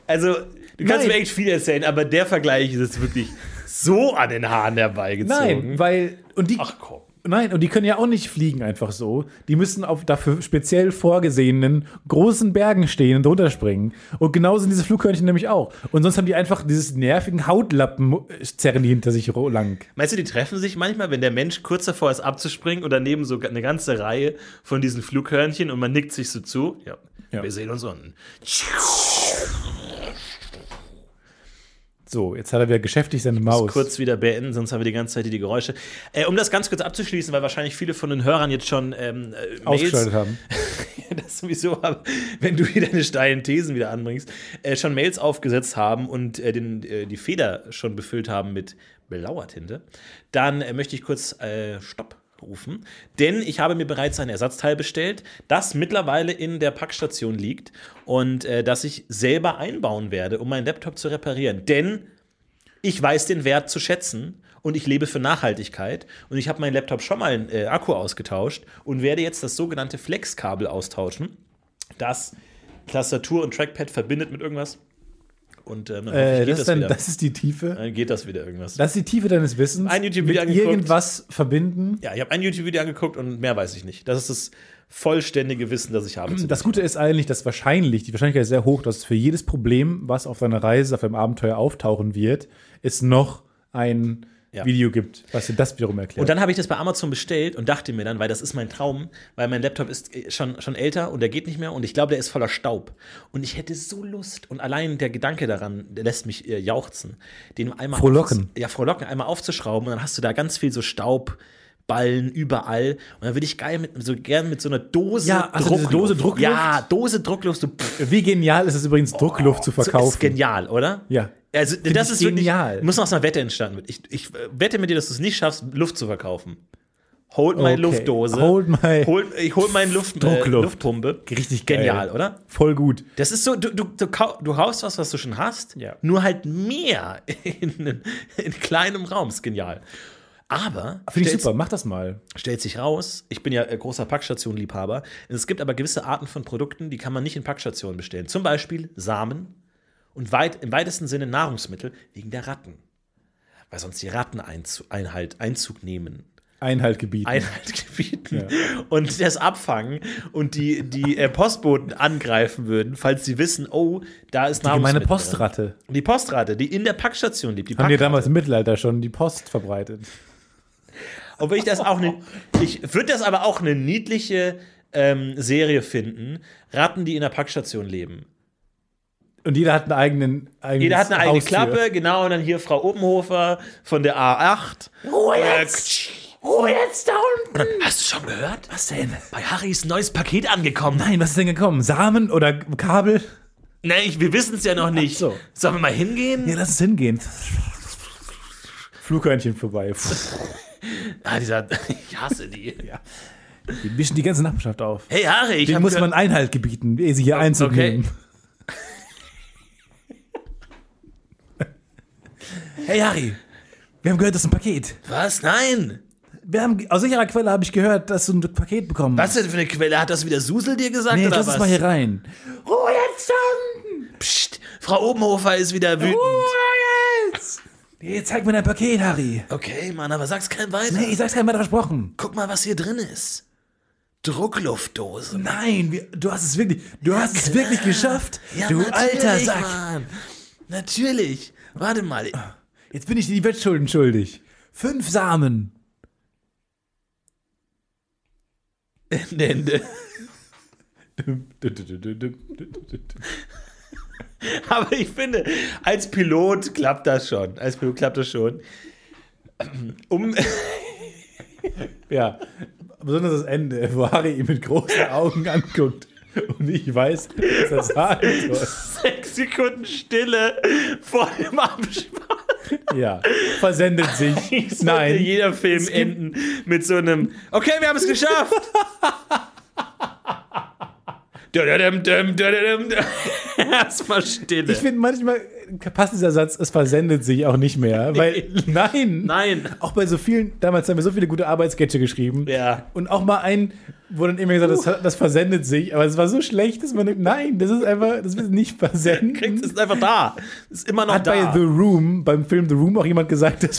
Also, du kannst
Nein.
mir echt viel erzählen, aber der Vergleich ist jetzt wirklich so an den Haaren herbeigezogen.
Nein, weil, und die,
Ach komm.
nein, und die können ja auch nicht fliegen einfach so. Die müssen auf dafür speziell vorgesehenen großen Bergen stehen und runterspringen. Und genau sind diese Flughörnchen nämlich auch. Und sonst haben die einfach dieses nervigen Hautlappen-Zerren die hinter sich ro- lang.
Meinst du, die treffen sich manchmal, wenn der Mensch kurz davor ist, abzuspringen und daneben so eine ganze Reihe von diesen Flughörnchen und man nickt sich so zu? Ja.
Ja.
Wir sehen uns unten.
So, jetzt hat er wieder geschäftig seine Maus.
kurz wieder beenden, sonst haben wir die ganze Zeit hier die Geräusche. Äh, um das ganz kurz abzuschließen, weil wahrscheinlich viele von den Hörern jetzt schon ähm, äh, Mails,
ausgeschaltet haben.
das sowieso, aber wenn du hier deine steilen Thesen wieder anbringst, äh, schon Mails aufgesetzt haben und äh, den, äh, die Feder schon befüllt haben mit blauer Tinte, dann äh, möchte ich kurz äh, Stopp rufen, denn ich habe mir bereits ein Ersatzteil bestellt, das mittlerweile in der Packstation liegt und äh, das ich selber einbauen werde, um meinen Laptop zu reparieren, denn ich weiß den Wert zu schätzen und ich lebe für Nachhaltigkeit und ich habe meinen Laptop schon mal einen äh, Akku ausgetauscht und werde jetzt das sogenannte Flex-Kabel austauschen, das Tastatur und Trackpad verbindet mit irgendwas und ähm, dann hoffe ich,
Äh,
geht
das,
das,
ist dann,
wieder.
das ist die Tiefe.
dann geht das wieder irgendwas.
Das ist die Tiefe deines Wissens.
Ein YouTube-Video
mit
angeguckt.
irgendwas verbinden.
ja, ich habe ein YouTube-Video angeguckt und mehr weiß ich nicht. Das ist das vollständige Wissen, das ich habe. zu
Das Gute ist eigentlich, dass wahrscheinlich, die Wahrscheinlichkeit ist sehr hoch, dass für jedes Problem, was auf deiner Reise, auf deinem Abenteuer auftauchen wird, es noch ein
Ja.
Video gibt, was dir das wiederum erklärt.
Und dann habe ich das bei Amazon bestellt und dachte mir dann, weil das ist mein Traum, weil mein Laptop ist äh, schon, schon älter und der geht nicht mehr und ich glaube, der ist voller Staub. Und ich hätte so Lust und allein der Gedanke daran, der lässt mich äh, jauchzen, den einmal
Frohlocken.
Aufz ja, frohlocken, einmal aufzuschrauben und dann hast du da ganz viel so Staubballen überall und dann würde ich geil mit so gern mit so einer Dose
Ja, hast du diese Dose Druckluft?
Ja, Dose Druckluft so pff,
Wie genial ist es übrigens, Druckluft zu
so Oh, ist
verkaufen?
genial, oder?
Ja.
Also
Find
das
ich
ist wirklich
genial.
muss aus einer Wette entstanden wird. Ich, ich äh, wette mit dir, dass du es nicht schaffst, Luft zu verkaufen. Hold my
Okay.
Luftdose.
Hold my-
Hol, ich hol meine Luft, äh,
Druckluft.
Luftpumpe.
Richtig geil.
genial, oder?
Voll gut.
Das ist so, du, du, du, kau- du haust was, was du schon hast,
Ja.
nur halt mehr in, in kleinem Raum. Ist genial. Aber
Finde ich
stell's-
super, mach das mal.
stellt sich raus, ich bin ja äh, großer Packstation-Liebhaber, es gibt aber gewisse Arten von Produkten, die kann man nicht in Packstationen bestellen. Zum Beispiel Samen und weit, im weitesten Sinne Nahrungsmittel wegen der Ratten. Weil sonst die Ratten einzu, Einhalt, Einzug nehmen.
Einhalt gebieten.
Einhalt gebieten und das abfangen und die, die äh, Postboten angreifen würden, falls sie wissen, oh, da ist
Die
Nahrungsmittel.
meine
drin.
Postratte.
Die Postrate, die in der Packstation lebt. Die
Haben
Packrate.
dir damals im Mittelalter schon die Post verbreitet.
Obwohl ich das auch ne, ich würde das aber auch eine niedliche ähm, Serie finden. Ratten, die in der Packstation leben.
Und jeder hat einen eigenen eigenes
Jeder hat eine eigene
Haustür.
Klappe, genau, und dann hier Frau Obenhofer von der A8. Ruhe jetzt! Ruhe jetzt da unten! Hast du schon gehört? Was denn? Bei Harry ist ein neues Paket angekommen.
Nein, was ist denn gekommen? Samen oder Kabel?
Nein, ich, wir wissen es ja noch nicht.
so.
Sollen wir mal hingehen?
Ja, lass es hingehen. Flughörnchen vorbei. Pff,
Ah, dieser, ich hasse die.
Die mischen die ganze Nachbarschaft auf.
Hey Harry, ich
Dem
hab
muss
gehört-
man Einhalt gebieten, ehe sie hier Einzug
okay.
nehmen. Hey Harry, wir haben gehört, das ist ein Paket.
Was? Nein!
Wir haben, aus sicherer Quelle habe ich gehört, dass du ein Paket bekommen
Was denn für eine Quelle? Hat das wieder Susel dir gesagt
Nee,
oder
lass
was?
uns mal hier rein. Ruhe Oh, jetzt
Psst, Frau Obenhofer ist wieder wütend.
Ruhe jetzt! Jetzt zeig mir dein Paket, Harry.
Okay, Mann, aber sag's keinem weiter.
Nee, ich sag's keinem weiter versprochen.
Guck mal, was hier drin ist. Druckluftdose.
Nein, wir, du hast es wirklich, du hast es wirklich geschafft. du alter
natürlich,
Sack.
Mann. Natürlich. Warte mal.
Jetzt bin ich dir die Wettschulden schuldig. Fünf Samen.
Ende, Ende. Aber ich finde, als Pilot klappt das schon. Als Pilot klappt das schon. Um,
Ja, besonders das Ende, wo Harry ihn mit großen Augen anguckt. Und ich weiß, was er sagen soll.
sechs Sekunden Stille vor dem Abspann.
Ja, versendet sich.
Sollte
Nein,
Jeder Film enden mit so einem Okay, wir haben es geschafft. Dadadam, dam, dadadam, dam. Erstmal Stille.
ich finde manchmal passt dieser Satz, es versendet sich auch nicht mehr. Weil, nein.
Nein.
Auch bei so vielen, damals haben wir so viele gute Arbeitssketche geschrieben.
Ja.
Und auch mal ein, wo dann immer gesagt, das, das versendet sich. Aber es war so schlecht, dass man denkt, nein, das ist einfach, das wird nicht versenden.
Kriegt es einfach da. Ist immer noch
Hat
da.
bei The Room, beim Film The Room auch jemand gesagt, das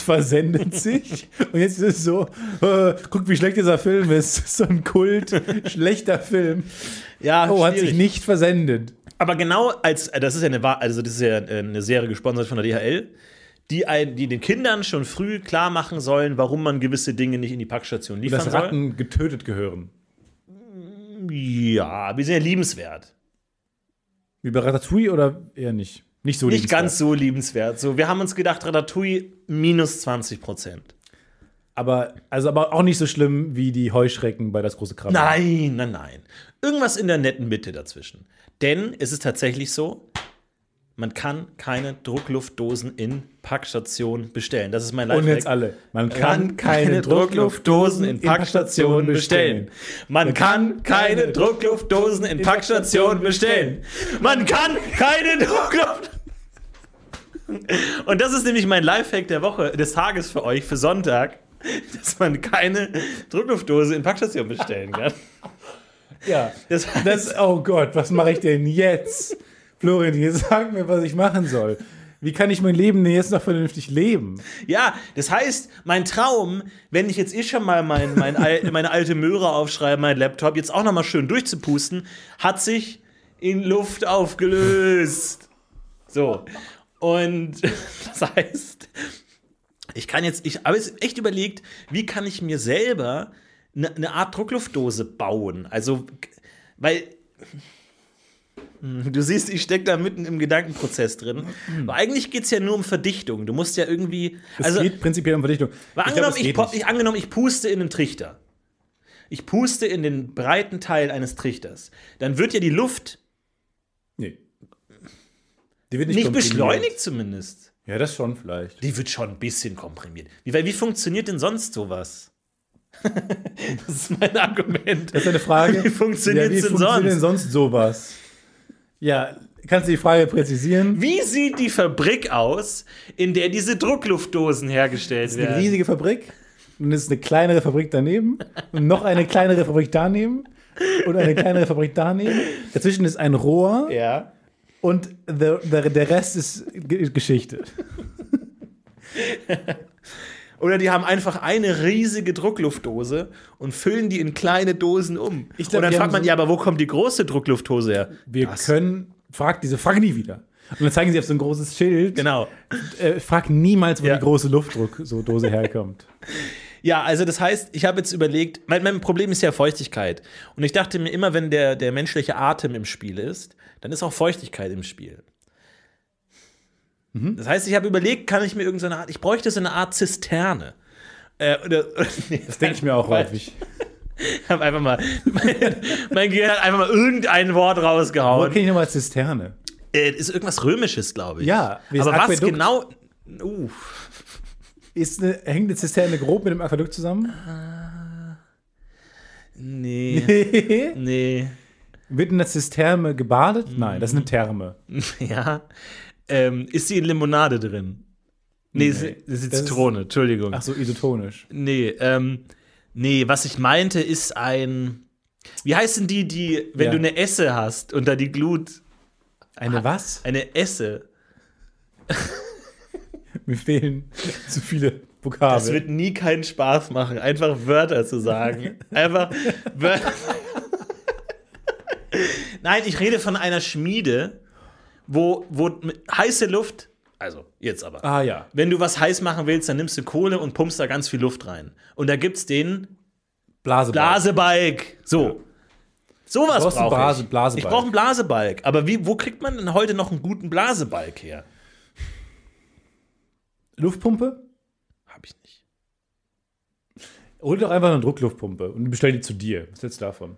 versendet sich. Und jetzt ist es so, äh, guck, wie schlecht dieser Film ist. So ein Kult, schlechter Film.
ja,
Oh, hat
schwierig.
sich nicht versendet.
Aber genau als das ist ja eine Wa- also das ist ja eine Serie gesponsert von der DHL, die ein, die den Kindern schon früh klar machen sollen, warum man gewisse Dinge nicht in die Packstation liefern
Dass
soll.
Ratten getötet gehören.
Ja, wir sind ja liebenswert.
Wie bei Ratatouille oder eher nicht? Nicht so
Nicht
liebenswert.
ganz so liebenswert. So, wir haben uns gedacht, Ratatouille minus 20 Prozent.
Aber, also aber auch nicht so schlimm wie die Heuschrecken bei Das große Krabbe.
Nein, nein, nein. Irgendwas in der netten Mitte dazwischen. Denn es ist tatsächlich so, man kann keine Druckluftdosen in Packstationen bestellen. Das ist mein
Und
Lifehack.
jetzt alle. Man
kann keine Druckluftdosen in Packstationen bestellen. Man kann keine Druckluftdosen in Packstationen bestellen. Man kann keine Druckluft. Und das ist nämlich mein Lifehack der Woche, des Tages für euch, für Sonntag, dass man keine Druckluftdose in Packstationen bestellen kann.
Ja.
Das heißt,
Das, oh Gott, was mache ich denn jetzt? Florian, jetzt sag mir, was ich machen soll. Wie kann ich mein Leben denn jetzt noch vernünftig leben?
Ja, das heißt, mein Traum, wenn ich jetzt eh schon mal mein, mein al meine alte Möhre aufschreibe, mein Laptop, jetzt auch nochmal schön durchzupusten, hat sich in Luft aufgelöst. So. Und das heißt, ich kann jetzt, ich habe jetzt echt überlegt, wie kann ich mir selber ne, eine eine Art Druckluftdose bauen? Also, weil hm, Du siehst, ich stecke da mitten im Gedankenprozess drin. Aber eigentlich geht es ja nur um Verdichtung. Du musst ja irgendwie.
Mhm. Es
also,
geht prinzipiell um Verdichtung.
weil
glaub,
angenommen,
es
ich
geht
po-
nicht.
ich, angenommen, ich puste in einen Trichter. Ich puste in den breiten Teil eines Trichters. Dann wird ja die Luft
Nee. Die wird
nicht
komprimiert.
beschleunigt, zumindest.
Ja, das schon vielleicht.
Die wird schon ein bisschen komprimiert. Wie, weil, wie funktioniert denn sonst sowas? das ist mein Argument.
Das ist eine Frage.
Wie funktioniert's
wie
denn
funktioniert
sonst?
denn sonst sowas? Ja, kannst du die Frage präzisieren?
Wie sieht die Fabrik aus, in der diese Druckluftdosen hergestellt
eine
werden?
riesige Fabrik. Dann ist eine kleinere Fabrik daneben. Und noch eine kleinere Fabrik daneben. Und eine kleinere Fabrik daneben. Dazwischen ist ein Rohr.
Ja.
Und der, der, der Rest ist Ge- Geschichte.
Oder die haben einfach eine riesige Druckluftdose und füllen die in kleine Dosen um.
Ich glaub,
und dann
die
fragt
haben
man,
so-
ja, aber wo kommt die große Druckluftdose her?
Wir können. Frag diese Frage nie wieder. Und dann zeigen sie auf so ein großes Schild.
Genau.
Äh, frag niemals, wo
Ja.
die große Luftdruckdose herkommt.
Ja, also das heißt, ich habe jetzt überlegt, mein, mein Problem ist ja Feuchtigkeit. Und ich dachte mir immer, wenn der, der menschliche Atem im Spiel ist, dann ist auch Feuchtigkeit im Spiel.
Mhm.
Das heißt, ich habe überlegt, kann ich mir irgendeine Art, ich bräuchte so eine Art Zisterne. Äh, oder, nee,
Das denke ich mir auch
weil-
häufig.
Ich habe einfach mal, mein, mein Gehirn hat einfach mal irgendein Wort
Wo
rausgehauen.
kenne ich nochmal Zisterne?
Äh, ist irgendwas Römisches, glaube ich.
Ja, wie das
aber was
Aquädukt.
genau. Uh,
Ist eine, hängt eine Zisterne grob mit dem Aquädukt zusammen?
nee,
Wird
nee,
in der Zisterne
Mhm.
gebadet? Nein, das ist eine Therme.
ja. Ähm, ist sie in Limonade drin? Nee, das ist die
das ist-
Zitrone, Entschuldigung.
Ach so, isotonisch.
Nee, ähm, nee, was ich meinte, ist ein. Wie heißen die, die, wenn
Ja.
du eine Esse hast und da die Glut.
Eine was?
Eine Esse.
Mir fehlen zu viele Vokabeln.
Es wird nie keinen Spaß machen, einfach Wörter zu sagen. Einfach Wörter. Nein, ich rede von einer Schmiede, wo, wo mit heiße Luft. Also, jetzt aber.
ah ja.
Wenn du was heiß machen willst, dann nimmst du Kohle und pumpst da ganz viel Luft rein. Und da gibt's den
Blase.
Blasebalg. So. Sowas
Du brauchst einen
brauche
Blase-
ich.
Blasebalg.
Ich brauche einen Blasebalg. Aber wie, wo kriegt man denn heute noch einen guten Blasebalg her?
Luftpumpe?
Hab ich nicht.
Hol doch einfach eine Druckluftpumpe und bestell die zu dir. Was hältst du davon?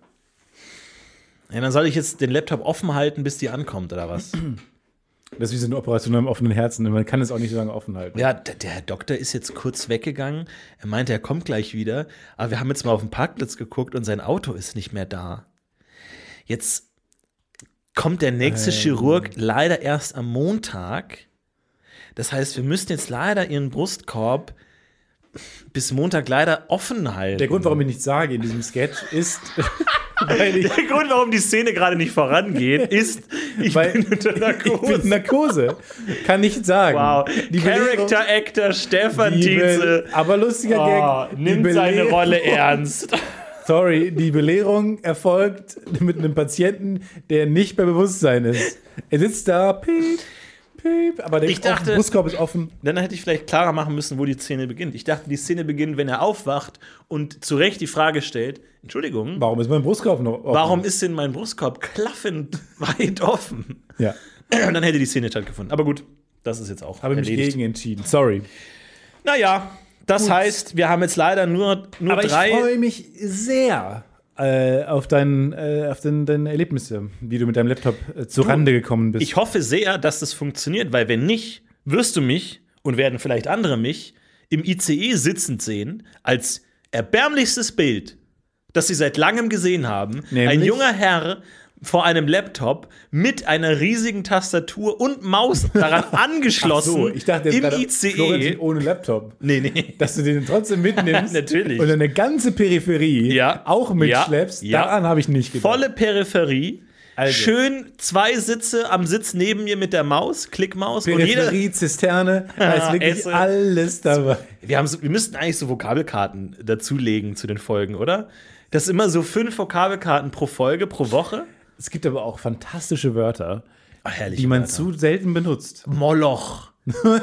Ja, dann soll ich jetzt den Laptop offen halten, bis die ankommt, oder was?
Das ist wie so eine Operation am offenen Herzen. Man kann es auch nicht so lange offen halten.
ja, der, der Herr Doktor ist jetzt kurz weggegangen. Er meinte, er kommt gleich wieder. Aber wir haben jetzt mal auf den Parkplatz geguckt und sein Auto ist nicht mehr da. Jetzt kommt der nächste Chirurg leider erst am Montag. Das heißt, wir müssen jetzt leider ihren Brustkorb bis Montag leider offen halten.
Der Grund, warum ich nichts sage in diesem Sketch, ist, weil ich,
Der Grund, warum die Szene gerade nicht vorangeht, ist, ich
Weil-
bin unter
ich
Narkose.
bin Narkose. Kann nichts sagen.
wow.
Die Belehrung-
Character Actor Stefan
die
Tietze.
Be- aber lustiger
Oh,
Gag. die
nimmt seine
Belehrung-
Rolle ernst.
Sorry, die Belehrung erfolgt mit einem Patienten, der nicht bei Bewusstsein ist. Er sitzt da, piep, piep, aber der
Ich dachte-
offen, Brustkorb ist offen.
Dann hätte ich vielleicht klarer machen müssen, wo die Szene beginnt. Ich dachte, die Szene beginnt, wenn er aufwacht und zu Recht die Frage stellt: Entschuldigung,
Warum ist mein Brustkorb noch offen?
warum ist denn mein Brustkorb klaffend weit offen?
Ja,
Und dann hätte die Szene stattgefunden. Aber gut, das ist jetzt auch
habe mich eh-
erledigt.
gegen entschieden. Sorry.
Naja, das heißt, wir haben jetzt leider nur, nur
Aber ich
drei.
freue mich sehr äh, auf, dein, äh, auf den, deine Erlebnisse, wie du mit deinem Laptop äh, zu Rande gekommen bist.
Ich hoffe sehr, dass das funktioniert, weil wenn nicht, wirst du mich und werden vielleicht andere mich im ICE sitzend sehen als erbärmlichstes Bild, das sie seit langem gesehen haben. Ein
Nämlich?
junger Herr vor einem Laptop mit einer riesigen Tastatur und Maus daran angeschlossen
so, ich dachte jetzt
im E.
gerade,
ICE.
Florentin ohne Laptop.
Nee, nee.
Dass du den trotzdem mitnimmst
Natürlich.
und deine ganze Peripherie
Ja.
auch mitschleppst,
Ja. Ja.
daran habe ich nicht gedacht.
Volle Peripherie.
Also.
Schön zwei Sitze am Sitz neben mir mit der Maus, Klickmaus. Und jeder,
Peripherie, Zisterne, da ist wirklich
Esse.
alles dabei.
Wir, haben so, wir müssten eigentlich so Vokabelkarten dazulegen zu den Folgen, oder? Das ist immer so fünf Vokabelkarten pro Folge, pro Woche.
Es gibt aber auch fantastische Wörter,
Ach, herrlich.
die man zu selten benutzt.
Moloch.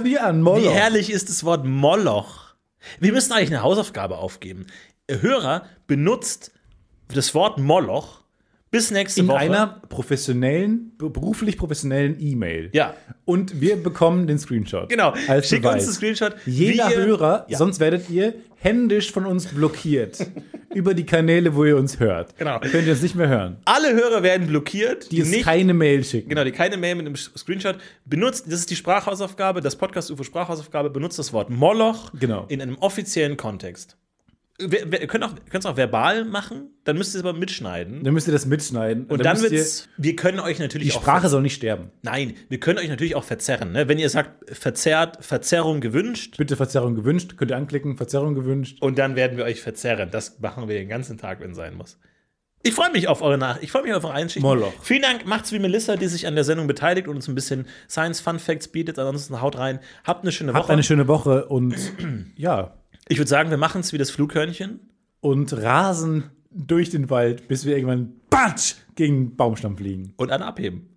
ja, ein Moloch.
Wie herrlich ist das Wort Moloch? Wir müssen eigentlich eine Hausaufgabe aufgeben. Hörer benutzt das Wort Moloch bis nächste
In
Woche.
einer professionellen, beruflich professionellen E-Mail.
ja,
Und wir bekommen den Screenshot.
genau.
Als
Schick uns
Beweis.
einen Screenshot.
Jeder
Wir-
Hörer,
Ja.
sonst werdet ihr händisch von uns blockiert. über die Kanäle, wo ihr uns hört.
Genau.
Könnt ihr uns nicht mehr hören.
Alle Hörer werden blockiert,
Die uns keine Mail schicken.
Genau, die keine Mail mit einem Screenshot. Benutzt, das ist die Sprachhausaufgabe, das Podcast-UFO-Sprachhausaufgabe, benutzt das Wort Moloch
Genau.
in einem offiziellen Kontext. Wir, wir, ihr könnt auch- könnt es auch verbal machen, dann müsst ihr es aber mitschneiden.
Dann müsst ihr das mitschneiden.
Und dann
müsst ihr-
wird's, wir können euch natürlich
Die
auch
Sprache soll nicht sterben.
nein, wir können euch natürlich auch verzerren. Ne? Wenn ihr sagt, verzerrt, Verzerrung gewünscht,
Bitte Verzerrung gewünscht. Könnt ihr anklicken. Verzerrung gewünscht.
und dann werden wir euch verzerren. Das machen wir den ganzen Tag, wenn es sein muss. Ich freue mich auf eure Nachricht. Ich freue mich auf eure Einschichten.
Moloch.
Vielen Dank. Macht's wie Melissa, die sich an der Sendung beteiligt und uns ein bisschen Science Fun Facts bietet. Ansonsten haut rein. Habt eine schöne
Habt
Woche.
eine schöne Woche und ja.
ich würde sagen, wir machen es wie das Flughörnchen.
Und rasen durch den Wald, bis wir irgendwann batsch, gegen einen Baumstamm fliegen.
Und an abheben.